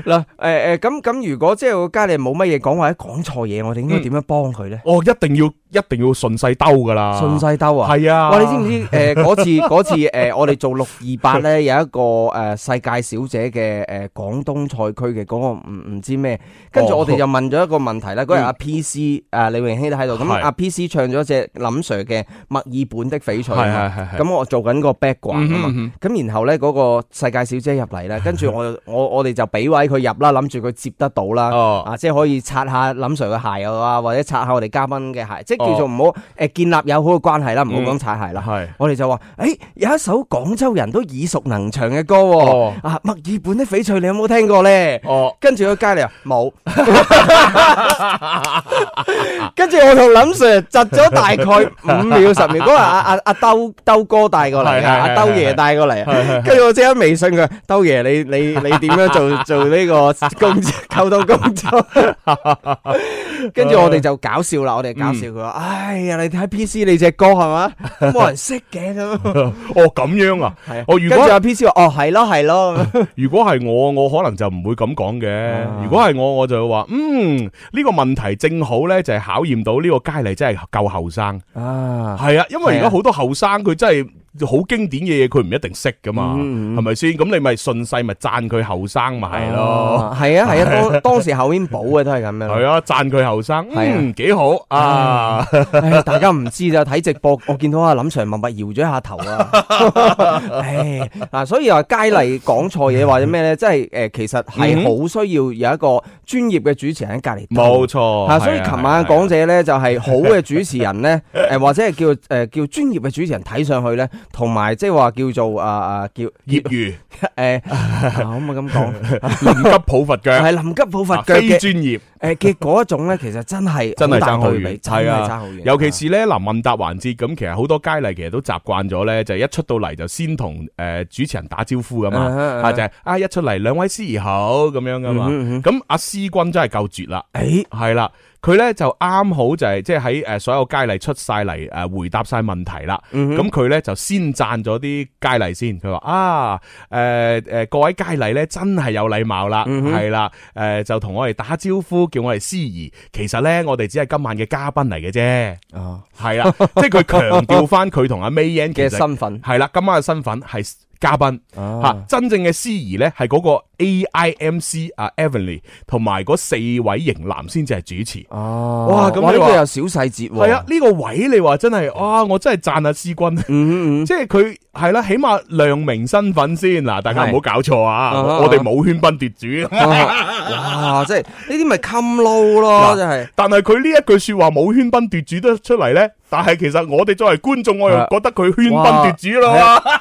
Speaker 2: 嗱，誒誒，咁咁，如果即係個家你冇乜嘢講或者講錯嘢，我哋應該點樣幫佢咧？
Speaker 1: 哦，一定要一定要順勢兜噶啦，
Speaker 2: 順勢兜啊！
Speaker 1: 系啊，
Speaker 2: 哇！你知唔 知诶嗰次嗰次诶，我哋做六二八咧，有一個诶世界小姐嘅诶廣東賽區嘅嗰個唔唔知咩，跟住
Speaker 1: 哦
Speaker 2: 我哋就問咗一個問題啦。嗰日
Speaker 1: 嗯
Speaker 2: 阿 P C 诶李榮希都喺度，咁
Speaker 1: 係
Speaker 2: 阿 P C 唱咗只林 Sir 嘅《墨爾本的翡翠》啊
Speaker 1: 係係係
Speaker 2: 嘛，
Speaker 1: 係
Speaker 2: 咁我做緊個 background 啊
Speaker 1: 嗯哼
Speaker 2: 嘛
Speaker 1: 嗯，
Speaker 2: 咁然後咧嗰個世界小姐入嚟啦，跟住我我我哋就俾位佢入啦，諗住佢接得到啦。
Speaker 1: 哦
Speaker 2: 啊，即係可以擦下林 Sir 嘅鞋啊，或者擦下我哋嘉賓嘅鞋，即係
Speaker 1: 哦
Speaker 2: 叫做唔好誒建立友好嘅關係啦，唔好講擦鞋啦。
Speaker 1: 係
Speaker 2: 我哋就話，誒有一首廣州人都耳熟能詳嘅歌
Speaker 1: 哦
Speaker 2: 喎，啊墨爾本的翡翠，你有冇聽過咧？
Speaker 1: 哦，
Speaker 2: 跟住個街嚟啊， 冇。跟住我同林 Sir 窒咗大概五秒十 秒，嗰日阿阿阿兜兜哥帶過嚟
Speaker 1: 係係
Speaker 2: 嘅，
Speaker 1: 係
Speaker 2: 阿兜爺帶過嚟，跟住我即刻微信佢，兜爺你你你點 樣做做呢個工溝通工作？跟住我哋就搞笑啦，我哋搞笑佢話：，哎呀，你睇 P C 你只歌係 嘛，冇人識嘅咁。
Speaker 1: 哦咁樣啊，
Speaker 2: 係啊
Speaker 1: 哦如
Speaker 2: 跟住
Speaker 1: 果
Speaker 2: 阿 P C 話：，哦係咯係 咯。咁
Speaker 1: 如果係我，我可能就唔會咁講
Speaker 2: 啊
Speaker 1: 嘅。如果係我，我就會話嗯呢個問題正好呢，就係考驗到呢個佳麗真係夠後生。
Speaker 2: 啊，
Speaker 1: 係啊，因為而
Speaker 2: 係啊
Speaker 1: 家好多後生佢真係。好經典嘅嘢佢唔一定識噶嘛，
Speaker 2: 嗯嗯
Speaker 1: 係咪先？咁你咪順勢咪讚佢後生咪係咯，
Speaker 2: 啊，係啊係啊，當當時後面補嘅都係咁樣。
Speaker 1: 係啊，讚佢後生，
Speaker 2: 係啊
Speaker 1: 嗯幾好啊！
Speaker 2: 唉，大家唔知咋，睇直 播，我見到阿林 Sir 默默搖咗一下頭啊！唉，嗱，所以話佳麗講錯嘢或者咩咧，即係诶，誒其實
Speaker 1: 嗯
Speaker 2: 係好需要有一個專業嘅主持人喺隔離。
Speaker 1: 冇。錯，
Speaker 2: 啊，所以
Speaker 1: 係啊啊
Speaker 2: 琴晚
Speaker 1: 係啊
Speaker 2: 嘅講者咧就係好嘅主持人咧，诶或者係叫诶叫專業嘅主持人睇上去咧，同埋即係話叫做啊啊叫
Speaker 1: 業餘
Speaker 2: 诶， 啊可唔可以咁講？
Speaker 1: 臨急抱佛腳。 啊
Speaker 2: 係臨急抱佛腳
Speaker 1: 非
Speaker 2: 嘅
Speaker 1: 專業，
Speaker 2: 诶嘅嗰一種咧，其實真係
Speaker 1: 真係
Speaker 2: 大
Speaker 1: 爭好
Speaker 2: 對
Speaker 1: 遠
Speaker 2: 比真係
Speaker 1: 係啊
Speaker 2: 爭好遠。
Speaker 1: 尤其是咧嗱問答環節，咁其實好多佳麗其實都習慣咗咧，就一出到嚟就先同誒主持人打招呼噶嘛，
Speaker 2: 啊啊啊
Speaker 1: 啊就係啊一出嚟兩位司儀好咁樣噶嘛，
Speaker 2: 嗯哼嗯
Speaker 1: 咁阿思君真係夠絕啦，
Speaker 2: 诶
Speaker 1: 係啦，佢咧就啱好就係即係喺誒所有佳麗出晒嚟誒回答晒問題啦，
Speaker 2: 嗯
Speaker 1: 咁佢咧就先讚咗啲佳麗先，佢話啊誒誒各位佳麗咧真係有禮貌啦，
Speaker 2: 嗯
Speaker 1: 係啦誒就同我哋打招呼，叫我哋司儀，其實咧我哋只係今晚嘅嘉賓嚟嘅啫。
Speaker 2: 啊。
Speaker 1: 系啦，即系佢強調翻佢同阿 May Yan
Speaker 2: 嘅身份
Speaker 1: 系啦，今晚嘅身份係嘉賓吓，
Speaker 2: 啊
Speaker 1: 真正嘅司儀咧係嗰個 AIMC 啊 Evanly 同埋嗰四位型男先至係主持。
Speaker 2: 哦，
Speaker 1: 哇咁
Speaker 2: 呢
Speaker 1: 你話
Speaker 2: 個有小細節喎，
Speaker 1: 係啊，呢個位你話真係，哇！我真係讚阿思君，
Speaker 2: 嗯 嗯，嗯嗯
Speaker 1: 即係佢係啦，起碼亮明身份先嗱，大家唔好搞錯啊！
Speaker 2: 啊
Speaker 1: 我哋冇喧賓奪主，
Speaker 2: 啊哇，即係呢啲咪襟撈咯，
Speaker 1: 嗱
Speaker 2: 真係。
Speaker 1: 但係佢呢一句说話冇喧賓奪主得出嚟咧，但係其實我哋作為觀眾，我又
Speaker 2: 係啊
Speaker 1: 覺得佢喧賓
Speaker 2: 哇
Speaker 1: 奪主咯
Speaker 2: 係啊
Speaker 1: 喎。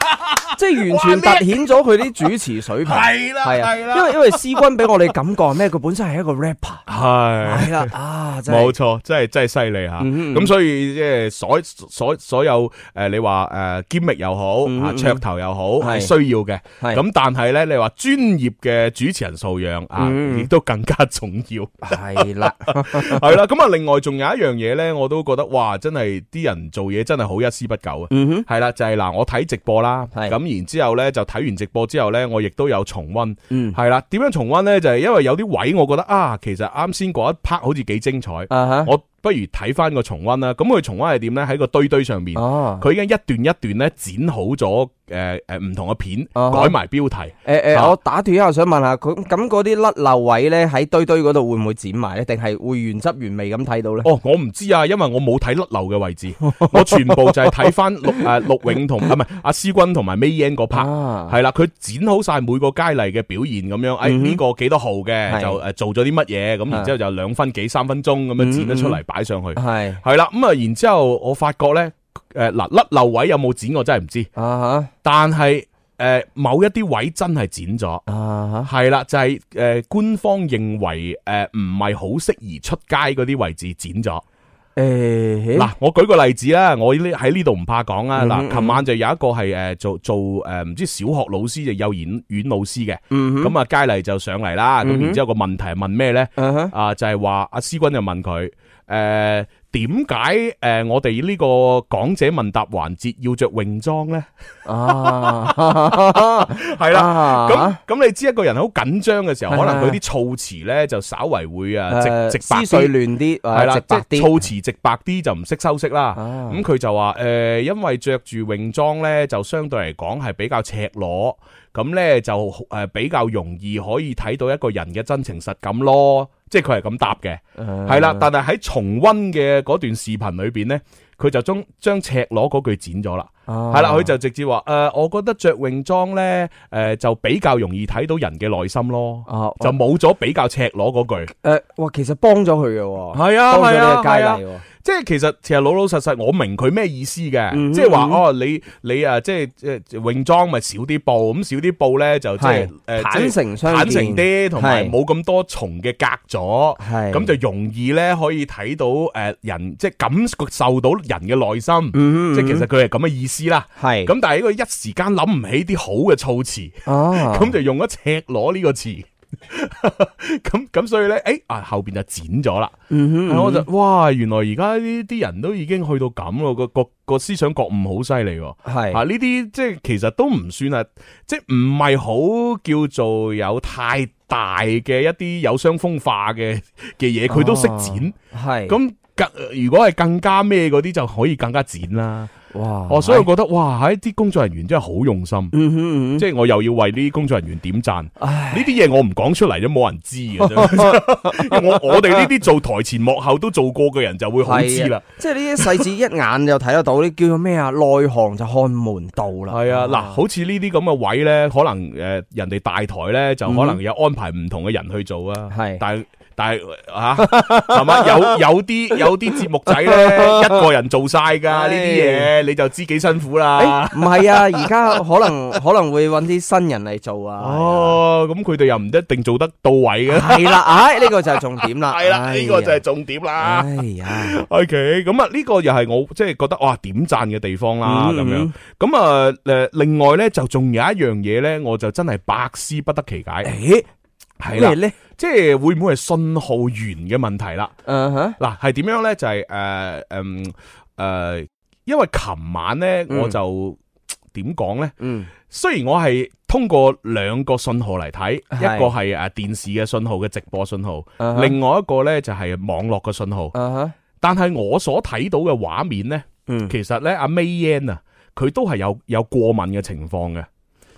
Speaker 2: 即係完全突顯咗佢啲主持水 平，
Speaker 1: 係啦
Speaker 2: 係啊，
Speaker 1: 係啦
Speaker 2: 因為因為思君俾我哋感覺係咩？佢本身係一個 rapper，
Speaker 1: 係
Speaker 2: 係啦，啊，真係
Speaker 1: 冇錯，真係真係犀利吓。
Speaker 2: 嗯嗯
Speaker 1: 咁所以即係所所所有诶，你話诶兼力又好，
Speaker 2: 嗯
Speaker 1: 啊
Speaker 2: 嗯
Speaker 1: 噱頭又好，係
Speaker 2: 係
Speaker 1: 需要嘅。
Speaker 2: 係
Speaker 1: 咁但係咧，你話專業嘅主持人素養啊，
Speaker 2: 嗯
Speaker 1: 亦都更加重 要。
Speaker 2: 係啦，
Speaker 1: 係啦，咁啊，另外仲有一樣嘢咧，我都覺得哇，真係啲人做嘢真係好一絲不苟啊。
Speaker 2: 嗯哼，
Speaker 1: 係啦，就係嗱，我睇直播啦，
Speaker 2: 係
Speaker 1: 咁咁然之後咧就睇完直播之後咧，我亦都有重温。
Speaker 2: 嗯
Speaker 1: 係啦，點樣重温咧？就係因為有啲位我覺得啊，其實啱先嗰一 part 好似幾精彩，
Speaker 2: 啊哈，
Speaker 1: 我不如睇翻個重温啦。咁佢重温係點咧？喺個堆堆上面，
Speaker 2: 哦，
Speaker 1: 佢已經一段一段咧剪好咗诶诶唔同嘅片，
Speaker 2: 啊哈
Speaker 1: 改埋標題。
Speaker 2: 诶诶，
Speaker 1: 啊
Speaker 2: 我打斷一下，想問下佢咁嗰啲甩漏位咧，喺堆堆嗰度會唔會剪埋咧？定係會原汁原味咁睇到咧？
Speaker 1: 哦，我唔知啊，因為我冇睇甩漏嘅位 置，我全部就係睇翻陸诶陸永同啊唔係阿思君同埋 May Yan 嗰 part。
Speaker 2: 啊，
Speaker 1: 係啦，佢剪好晒每個佳麗嘅表現咁樣，诶
Speaker 2: 嗯哼
Speaker 1: 呢個幾多號嘅
Speaker 2: 係啊
Speaker 1: 就诶做咗啲乜嘢，咁然之后就兩分幾三分鐘咁
Speaker 2: 嗯
Speaker 1: 樣剪得出嚟擺上去。
Speaker 2: 係
Speaker 1: 係啦，咁啊，然之后我發覺咧，诶嗱甩漏位有冇剪我真係唔知，
Speaker 2: 啊
Speaker 1: 但係诶某一啲位真係剪咗。
Speaker 2: 吓啊
Speaker 1: 係啦，就係呃官方認為诶唔係好適宜出街嗰啲位置剪咗。
Speaker 2: 吓，诶
Speaker 1: 嗱，我舉個例子啦，我呢喺呢度唔怕講啦。
Speaker 2: 嗯
Speaker 1: 嗱，
Speaker 2: 嗯
Speaker 1: 琴晚就有一個係诶做做诶唔知小學老師定幼兒園老師嘅，
Speaker 2: 嗯
Speaker 1: 咁啊佳麗就上嚟啦。咁
Speaker 2: 嗯哼
Speaker 1: 然之后個問題係問咩咧？
Speaker 2: 哼，啊哈，
Speaker 1: 啊，就係話阿思君就問佢诶。点解诶我哋呢個港姐問答環節要着泳裝 咧？
Speaker 2: 啊，
Speaker 1: 係啦，
Speaker 2: À
Speaker 1: 咁咁你知一個人好緊張嘅時候，可能佢啲措辭咧就稍為會啊直
Speaker 2: 誒
Speaker 1: 直白
Speaker 2: 思緒
Speaker 1: 啲，
Speaker 2: 亂啲，
Speaker 1: 係
Speaker 2: 係
Speaker 1: 啦，
Speaker 2: 直白
Speaker 1: 即係
Speaker 2: 啲，
Speaker 1: 措辭直白啲就唔識修飾啦。
Speaker 2: 啊
Speaker 1: 咁佢就話誒，因為着住泳裝咧，就相對嚟講係比較赤裸，咁咧就誒比較容易可以睇到一個人嘅真情實感咯。即係佢係咁答嘅，
Speaker 2: 啊
Speaker 1: 係啦、但係喺重温嘅嗰段視頻裏邊咧，佢就將將赤裸嗰句剪咗啦。係
Speaker 2: 係
Speaker 1: 啦，佢就直接話誒、呃我覺得着泳裝咧誒就比較容易睇到人嘅內心咯，
Speaker 2: 哦，
Speaker 1: 就冇咗比較赤裸嗰句。
Speaker 2: 诶，哇，其實幫咗佢嘅喎，
Speaker 1: 係
Speaker 2: 幫咗呢個佳
Speaker 1: 係啊
Speaker 2: 麗。喎，
Speaker 1: 即係其實其實老老實實，我明佢咩意思嘅，
Speaker 2: 嗯哼
Speaker 1: 即係話
Speaker 2: 嗯
Speaker 1: 哦，你你啊，即係誒泳裝咪少啲布，咁少啲布咧就即係誒
Speaker 2: 係坦
Speaker 1: 即係
Speaker 2: 誠相
Speaker 1: 坦
Speaker 2: 見
Speaker 1: 誠啲，同埋
Speaker 2: 係
Speaker 1: 冇咁多重嘅隔咗，
Speaker 2: 係
Speaker 1: 咁就容易咧可以睇到誒人，即係感受到人嘅內心，
Speaker 2: 嗯
Speaker 1: 即係其實佢係咁嘅意思啦。
Speaker 2: 係
Speaker 1: 咁但係呢個一時間諗唔起啲好嘅措辭，
Speaker 2: 啊，
Speaker 1: 咁就用咗赤裸呢個詞。 咁咁所以咧，誒啊後邊就剪咗啦。
Speaker 2: 嗯
Speaker 1: 係
Speaker 2: 哼，
Speaker 1: 我就哇，原來而家呢啲人都已經去到咁咯，個個個思想覺悟好犀利喎。
Speaker 2: 係
Speaker 1: 啊！呢啲即係其實都唔算係，即係唔係好叫做有太大嘅一啲有傷風化嘅嘅嘢，佢都識剪。
Speaker 2: 哦係
Speaker 1: 咁更、如果係更加咩嗰啲，就可以更加剪啦。
Speaker 2: 哇，
Speaker 1: 我哦所以我覺得哇，喺啲工作人員真係好用心，
Speaker 2: 哦嗯哼嗯
Speaker 1: 即係我又要為呢啲工作人員點讚。
Speaker 2: 哼，唉
Speaker 1: 呢。啲嘢我唔講出嚟都冇人知嘅， 真係因為我我哋呢啲做台前幕後都做過嘅人就會好知啦。
Speaker 2: 即係呢啲細節 一眼就睇得到，呢叫做咩啊？內行就看門道啦。
Speaker 1: 係啊，嗱，好似呢啲咁嘅位咧，可能诶人哋大台咧就可能有安排唔同嘅人去做啊。
Speaker 2: 嗯係
Speaker 1: 但係但係吓係嘛？有有啲有啲節目仔 咧，一個人做晒㗎呢啲嘢，你就知幾辛苦啦。
Speaker 2: 誒，唔係啊，而家可能 可能會揾啲新人嚟做啊。
Speaker 1: 哦，咁佢哋又唔一定做得到位嘅。
Speaker 2: 係啊，係啦，唉，呢個就係重點啦。
Speaker 1: 係啦，
Speaker 2: 哎呀
Speaker 1: 呢個就係重點啦。
Speaker 2: 哎 呀，
Speaker 1: O.K. 咁啊，呢個又係我即係覺得哇點讚嘅地方啦，咁、
Speaker 2: 嗯
Speaker 1: 樣咁啊誒，另外咧就仲有一樣嘢咧，我就真係百思不得其解，
Speaker 2: 誒
Speaker 1: 係啦
Speaker 2: 咩，咧？
Speaker 1: 即係會唔會係信號源嘅問題啦？
Speaker 2: 嗯哼，
Speaker 1: 嗱，係點樣咧？就係誒誒誒，因為琴晚咧
Speaker 2: 嗯
Speaker 1: 我就點講咧？
Speaker 2: 嗯，
Speaker 1: 雖然我係通過兩個信號嚟睇，
Speaker 2: 係
Speaker 1: 一個係誒電視嘅信號嘅直播信號，
Speaker 2: 嗯哼
Speaker 1: 另外一個咧就係網絡嘅信號。
Speaker 2: 嗯哼，
Speaker 1: 但係我所睇到嘅畫面呢，
Speaker 2: 嗯
Speaker 1: 其實呢，阿 May Yan 啊，佢都係有有過敏嘅情況嘅，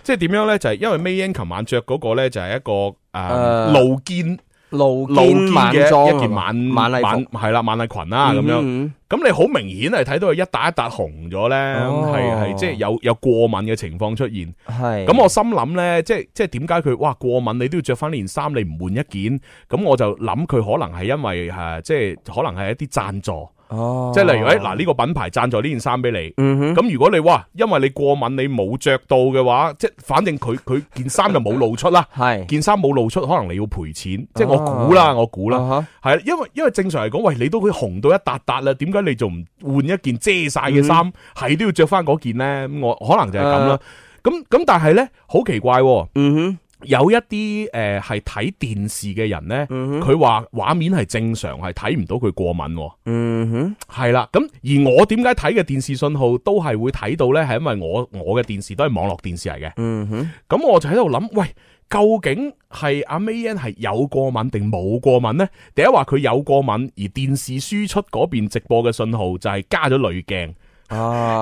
Speaker 1: 即係點樣呢？就係、因為 May Yan 琴晚着嗰個呢，就係、一個誒、呃
Speaker 2: 誒
Speaker 1: 露肩
Speaker 2: 露
Speaker 1: 露肩
Speaker 2: 晚
Speaker 1: 嘅
Speaker 2: 裝
Speaker 1: 一件
Speaker 2: 啊
Speaker 1: 晚
Speaker 2: 晚禮服
Speaker 1: 晚係啦晚禮裙啦咁樣，
Speaker 2: 嗯
Speaker 1: 咁你好明顯係睇到佢一笪一笪紅咗呢，
Speaker 2: 哦
Speaker 1: 係係即係有有過敏嘅情況出現。
Speaker 2: 係
Speaker 1: 咁我心諗呢，即係即係點解佢哇過敏你都要着翻呢件衫，你唔換一件？咁我就諗佢可能係因為誒、呃即係可能係一啲贊助。
Speaker 2: 哦
Speaker 1: 即係例如誒嗱呢個品牌贊助呢件衫俾你，
Speaker 2: 嗯哼，，
Speaker 1: 咁如果你哇，因為你過敏你冇着到嘅話，即係反正佢佢 件衫就冇露出啦
Speaker 2: 係
Speaker 1: 件衫冇露出，可能你要賠錢，即係我估啦，
Speaker 2: 啊
Speaker 1: 我估啦，
Speaker 2: 啦，
Speaker 1: 係因為因為正常嚟講，喂你都佢紅到一笪笪啦，點解你仲唔換一件遮晒嘅
Speaker 2: 嗯
Speaker 1: 衫，係
Speaker 2: 啊
Speaker 1: 都要着翻嗰件呢？咁我可能就係咁啦。咁咁但係呢，好奇怪喎，
Speaker 2: 嗯哼，
Speaker 1: 有一啲誒係睇電視嘅人咧，
Speaker 2: 嗯
Speaker 1: 佢話畫面係正常，係睇唔到佢過敏喎。
Speaker 2: 嗯哼，
Speaker 1: 係啦，咁而我點解睇嘅電視信號都係會睇到呢？係因為我我嘅電視都係網絡電視嚟嘅。
Speaker 2: 嗯哼，
Speaker 1: 咁我就喺度諗，喂，究竟係阿 Mayan 係有過敏定冇過敏呢？第一話佢有過敏，而電視輸出嗰邊直播嘅信號就係加咗濾鏡，
Speaker 2: 啊，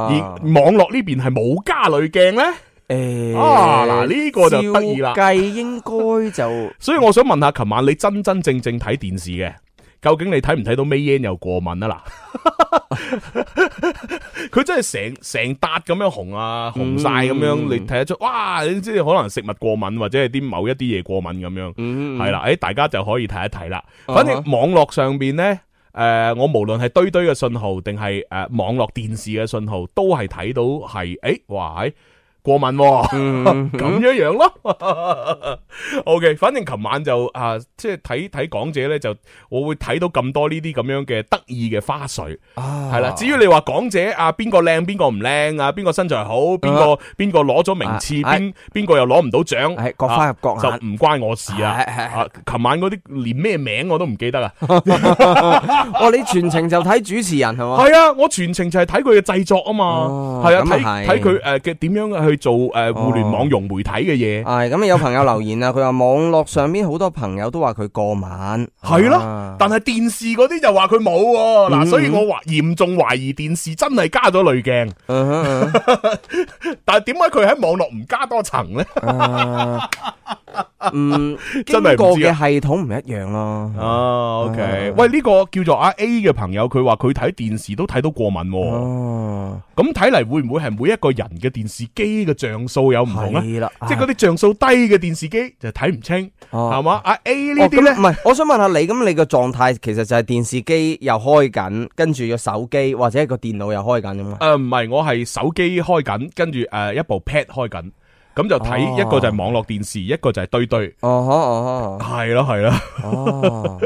Speaker 1: 而網絡呢邊係冇加濾鏡呢？
Speaker 2: 誒
Speaker 1: 啊嗱呢個就得意啦
Speaker 2: 照計應該就
Speaker 1: 所以我想問下，琴晚你真真正正睇電視嘅，究竟你睇唔睇到 Mayan 有過敏啊？嗱， 佢真係成成笪咁樣紅啊，紅晒咁樣，你睇得出，哇！你知可能食物過敏或者係啲某一啲嘢過敏咁樣，係啦、誒大家就可以睇一睇啦。反正
Speaker 2: 啊
Speaker 1: 網絡上邊呢。誒、我無論係堆堆嘅信號，定係誒網絡電視嘅信號，都係睇到係，誒、哇，係過敏喎、 咁樣樣咯。OK，反正琴晚就啊，即係睇睇港姐咧，就我會睇到咁多呢啲咁樣嘅得意嘅花絮，
Speaker 2: 啊
Speaker 1: 係啦。至於你話港姐啊，邊個靚邊個唔靚啊，邊個身材好，邊個邊個攞咗名次，
Speaker 2: 啊
Speaker 1: 邊邊個又攞唔到獎，
Speaker 2: 係各花入各
Speaker 1: 就
Speaker 2: 眼
Speaker 1: 唔關我事啊。
Speaker 2: 係係係
Speaker 1: 啊，琴晚嗰啲連咩名我都唔記得啊。
Speaker 2: 哦，你全程就睇主持人係嘛？
Speaker 1: 係啊，我全程就係睇佢嘅製作啊嘛
Speaker 2: 哦，
Speaker 1: 係啊，
Speaker 2: 咁
Speaker 1: 睇
Speaker 2: 啊係哦
Speaker 1: 睇佢誒嘅點樣去做誒互聯網融媒體嘅 嘢。
Speaker 2: 係咁有朋友留言啊，佢話網絡上面好多朋友都話佢過敏，
Speaker 1: 系咯
Speaker 2: 啊，嗯
Speaker 1: 但系電視嗰啲就話佢冇喎，嗱，所以我懷嚴重懷疑電視真係加咗濾鏡，
Speaker 2: 嗯哼嗯哼
Speaker 1: 但係點解佢喺網絡唔加多層呢？
Speaker 2: 嗯，
Speaker 1: 真
Speaker 2: 經
Speaker 1: 係唔知啊
Speaker 2: 過嘅系統唔一樣咯。
Speaker 1: 哦，OK，
Speaker 2: 啊
Speaker 1: 喂，呢個叫做阿 A 嘅朋友，佢話佢睇電視都睇到過敏喎，
Speaker 2: 哦，
Speaker 1: 咁睇嚟會唔會係每一個人嘅電視機嘅像素有唔同呢？
Speaker 2: 係啦，
Speaker 1: 即係嗰
Speaker 2: 啲
Speaker 1: 啲像素低嘅電視機就睇唔清，係
Speaker 2: 哦。
Speaker 1: 嘛？阿 A 呢
Speaker 2: 哦
Speaker 1: 啲
Speaker 2: 咁
Speaker 1: 呢
Speaker 2: 唔？係，我想問下你，咁你個狀態其實就係電視機又開緊，跟住個手機或者個電腦又開緊咁嘛？啊
Speaker 1: 诶，呃唔係，我係手機開緊，跟住诶一部 pad 開緊，咁就睇
Speaker 2: 哦
Speaker 1: 一個就係網絡電視，一個就係堆堆，
Speaker 2: 哦呵哦
Speaker 1: 係咯係咯。
Speaker 2: 呵哦，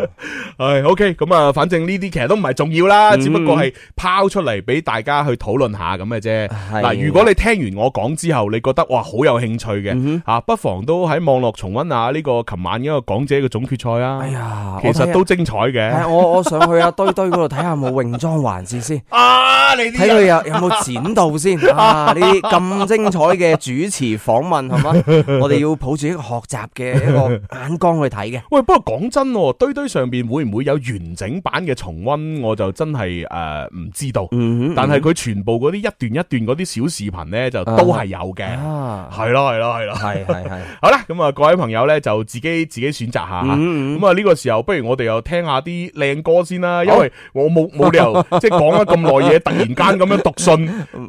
Speaker 1: 唉 o k 咁啊，反正呢啲其實都唔係重要
Speaker 2: 嗯
Speaker 1: 啦，只不過係拋出嚟俾大家去討論下咁嘅啫。
Speaker 2: 係
Speaker 1: 嗱，如果你聽完我講之後，你覺得哇好有興趣嘅，
Speaker 2: 嗯
Speaker 1: 啊，不妨都喺網絡重温啊下呢個琴晚一個港姐嘅總決賽
Speaker 2: 哎
Speaker 1: 啊，
Speaker 2: 呀，
Speaker 1: 其實
Speaker 2: 我睇下
Speaker 1: 都精彩
Speaker 2: 係啊
Speaker 1: 嘅。
Speaker 2: 我我上去阿堆堆嗰度睇下有冇泳裝環節先。
Speaker 1: 啊，你
Speaker 2: 睇
Speaker 1: 啲
Speaker 2: 佢
Speaker 1: 人
Speaker 2: 有有冇剪到 先啊！呢啲咁精彩嘅主持訪問係嘛，我哋要抱住一個學習嘅一個眼光去睇嘅。
Speaker 1: 喂，不過講真喎，堆堆上邊會唔會有完整版嘅重温，我就真係誒唔知道。
Speaker 2: 嗯
Speaker 1: 但係佢全部嗰啲一段一段嗰啲小視頻呢，就都係有嘅。
Speaker 2: 啊，
Speaker 1: 係咯，係咯，係咯。
Speaker 2: 係係係，
Speaker 1: 好啦，咁啊，各位朋友咧就自己自己選擇下吓。
Speaker 2: 嗯嗯
Speaker 1: 咁啊，呢個時候不如我哋又聽下啲靚歌先啦，因為我冇冇 理由即係講咗咁耐嘢，突然間咁樣讀信，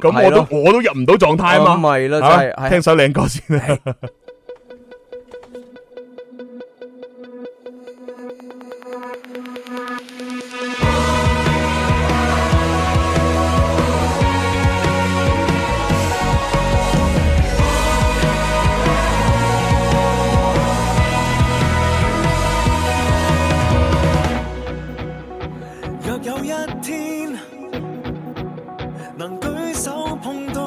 Speaker 1: 咁我
Speaker 2: 係
Speaker 1: 都
Speaker 2: 咯
Speaker 1: 我都入唔到狀態啊
Speaker 2: 咁
Speaker 1: 嘛。
Speaker 2: 咪咯，就係
Speaker 1: 啊聽
Speaker 2: 係
Speaker 1: 首靚歌先啦。
Speaker 3: 若有一天能舉手碰到，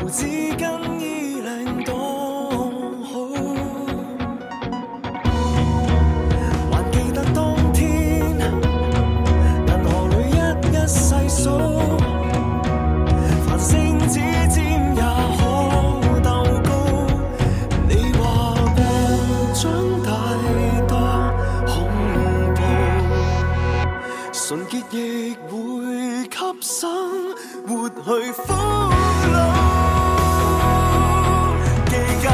Speaker 3: 胡子巾依領多好。還記得當天銀河裏一一細數，繁星指尖也可鬥高。你話病長大多恐怖。純潔亦會給生活去俘虜。期間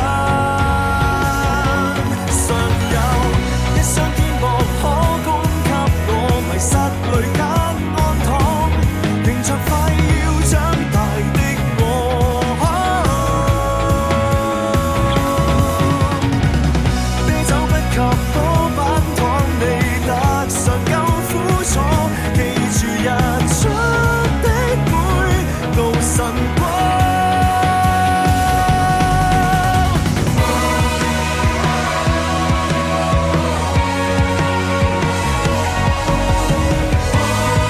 Speaker 3: 尚有一雙天幕可供給我迷失裏間安躺，迎着快要長大的我。啤酒不及多板糖，未踏上夠苦楚。記住日出的每道晨光。Hãy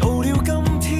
Speaker 3: subscribe cho kênh Ghiền Mì Gõ Để không bỏ lỡ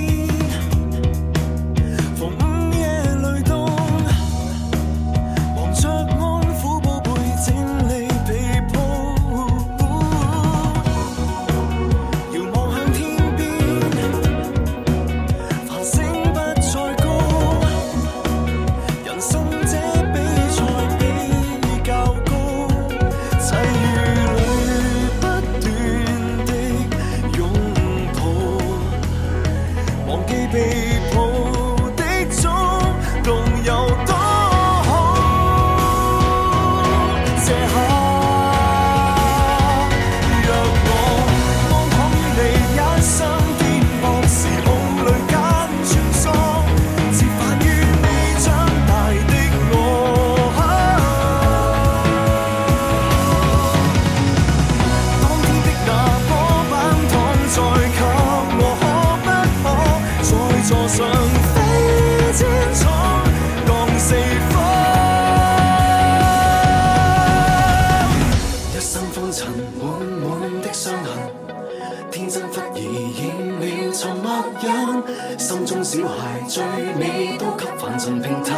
Speaker 3: 鞋最尾都給凡塵平坦。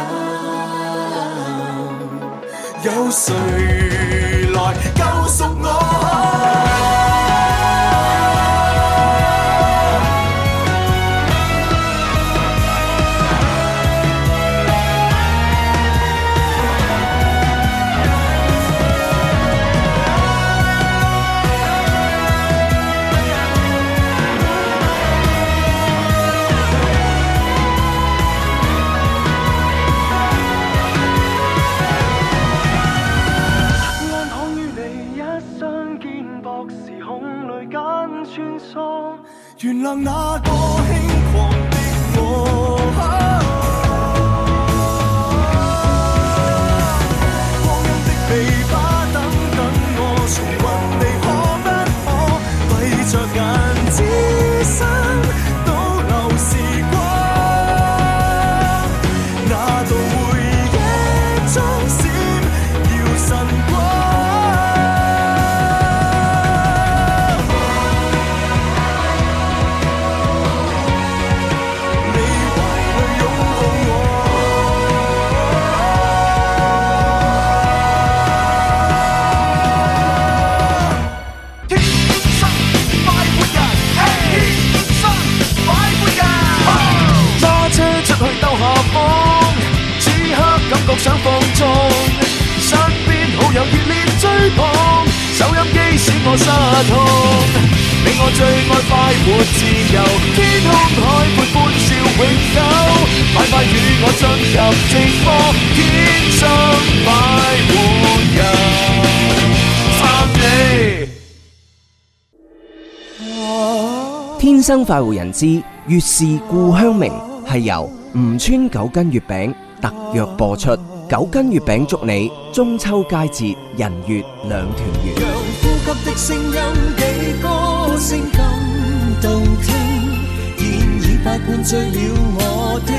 Speaker 3: 有誰來救贖我？
Speaker 7: 安躺於你一雙肩膊，時空裏間穿梭。
Speaker 3: 原諒那個輕狂的我。光陰的尾巴，等等我，重雲你可不可閉着眼，只身倒流時光？那道回憶中閃耀晨光。你懷裏擁抱我，天生快活人，天生快活人。揸車出去兜下風，此刻感覺想放縱，身邊好友熱烈追捧，收音機使我失控。你我最愛快活自由，天空海闊歡笑永久，快快與我進入直播，天生快活人。翻你。
Speaker 6: 天生快活人之粵是故鄉明係由吳川九斤月餅特約播出。九斤月餅祝你中秋佳節人月兩團圓。
Speaker 3: 讓呼吸的聲音幾歌聲感動聽，現已百般醉了我的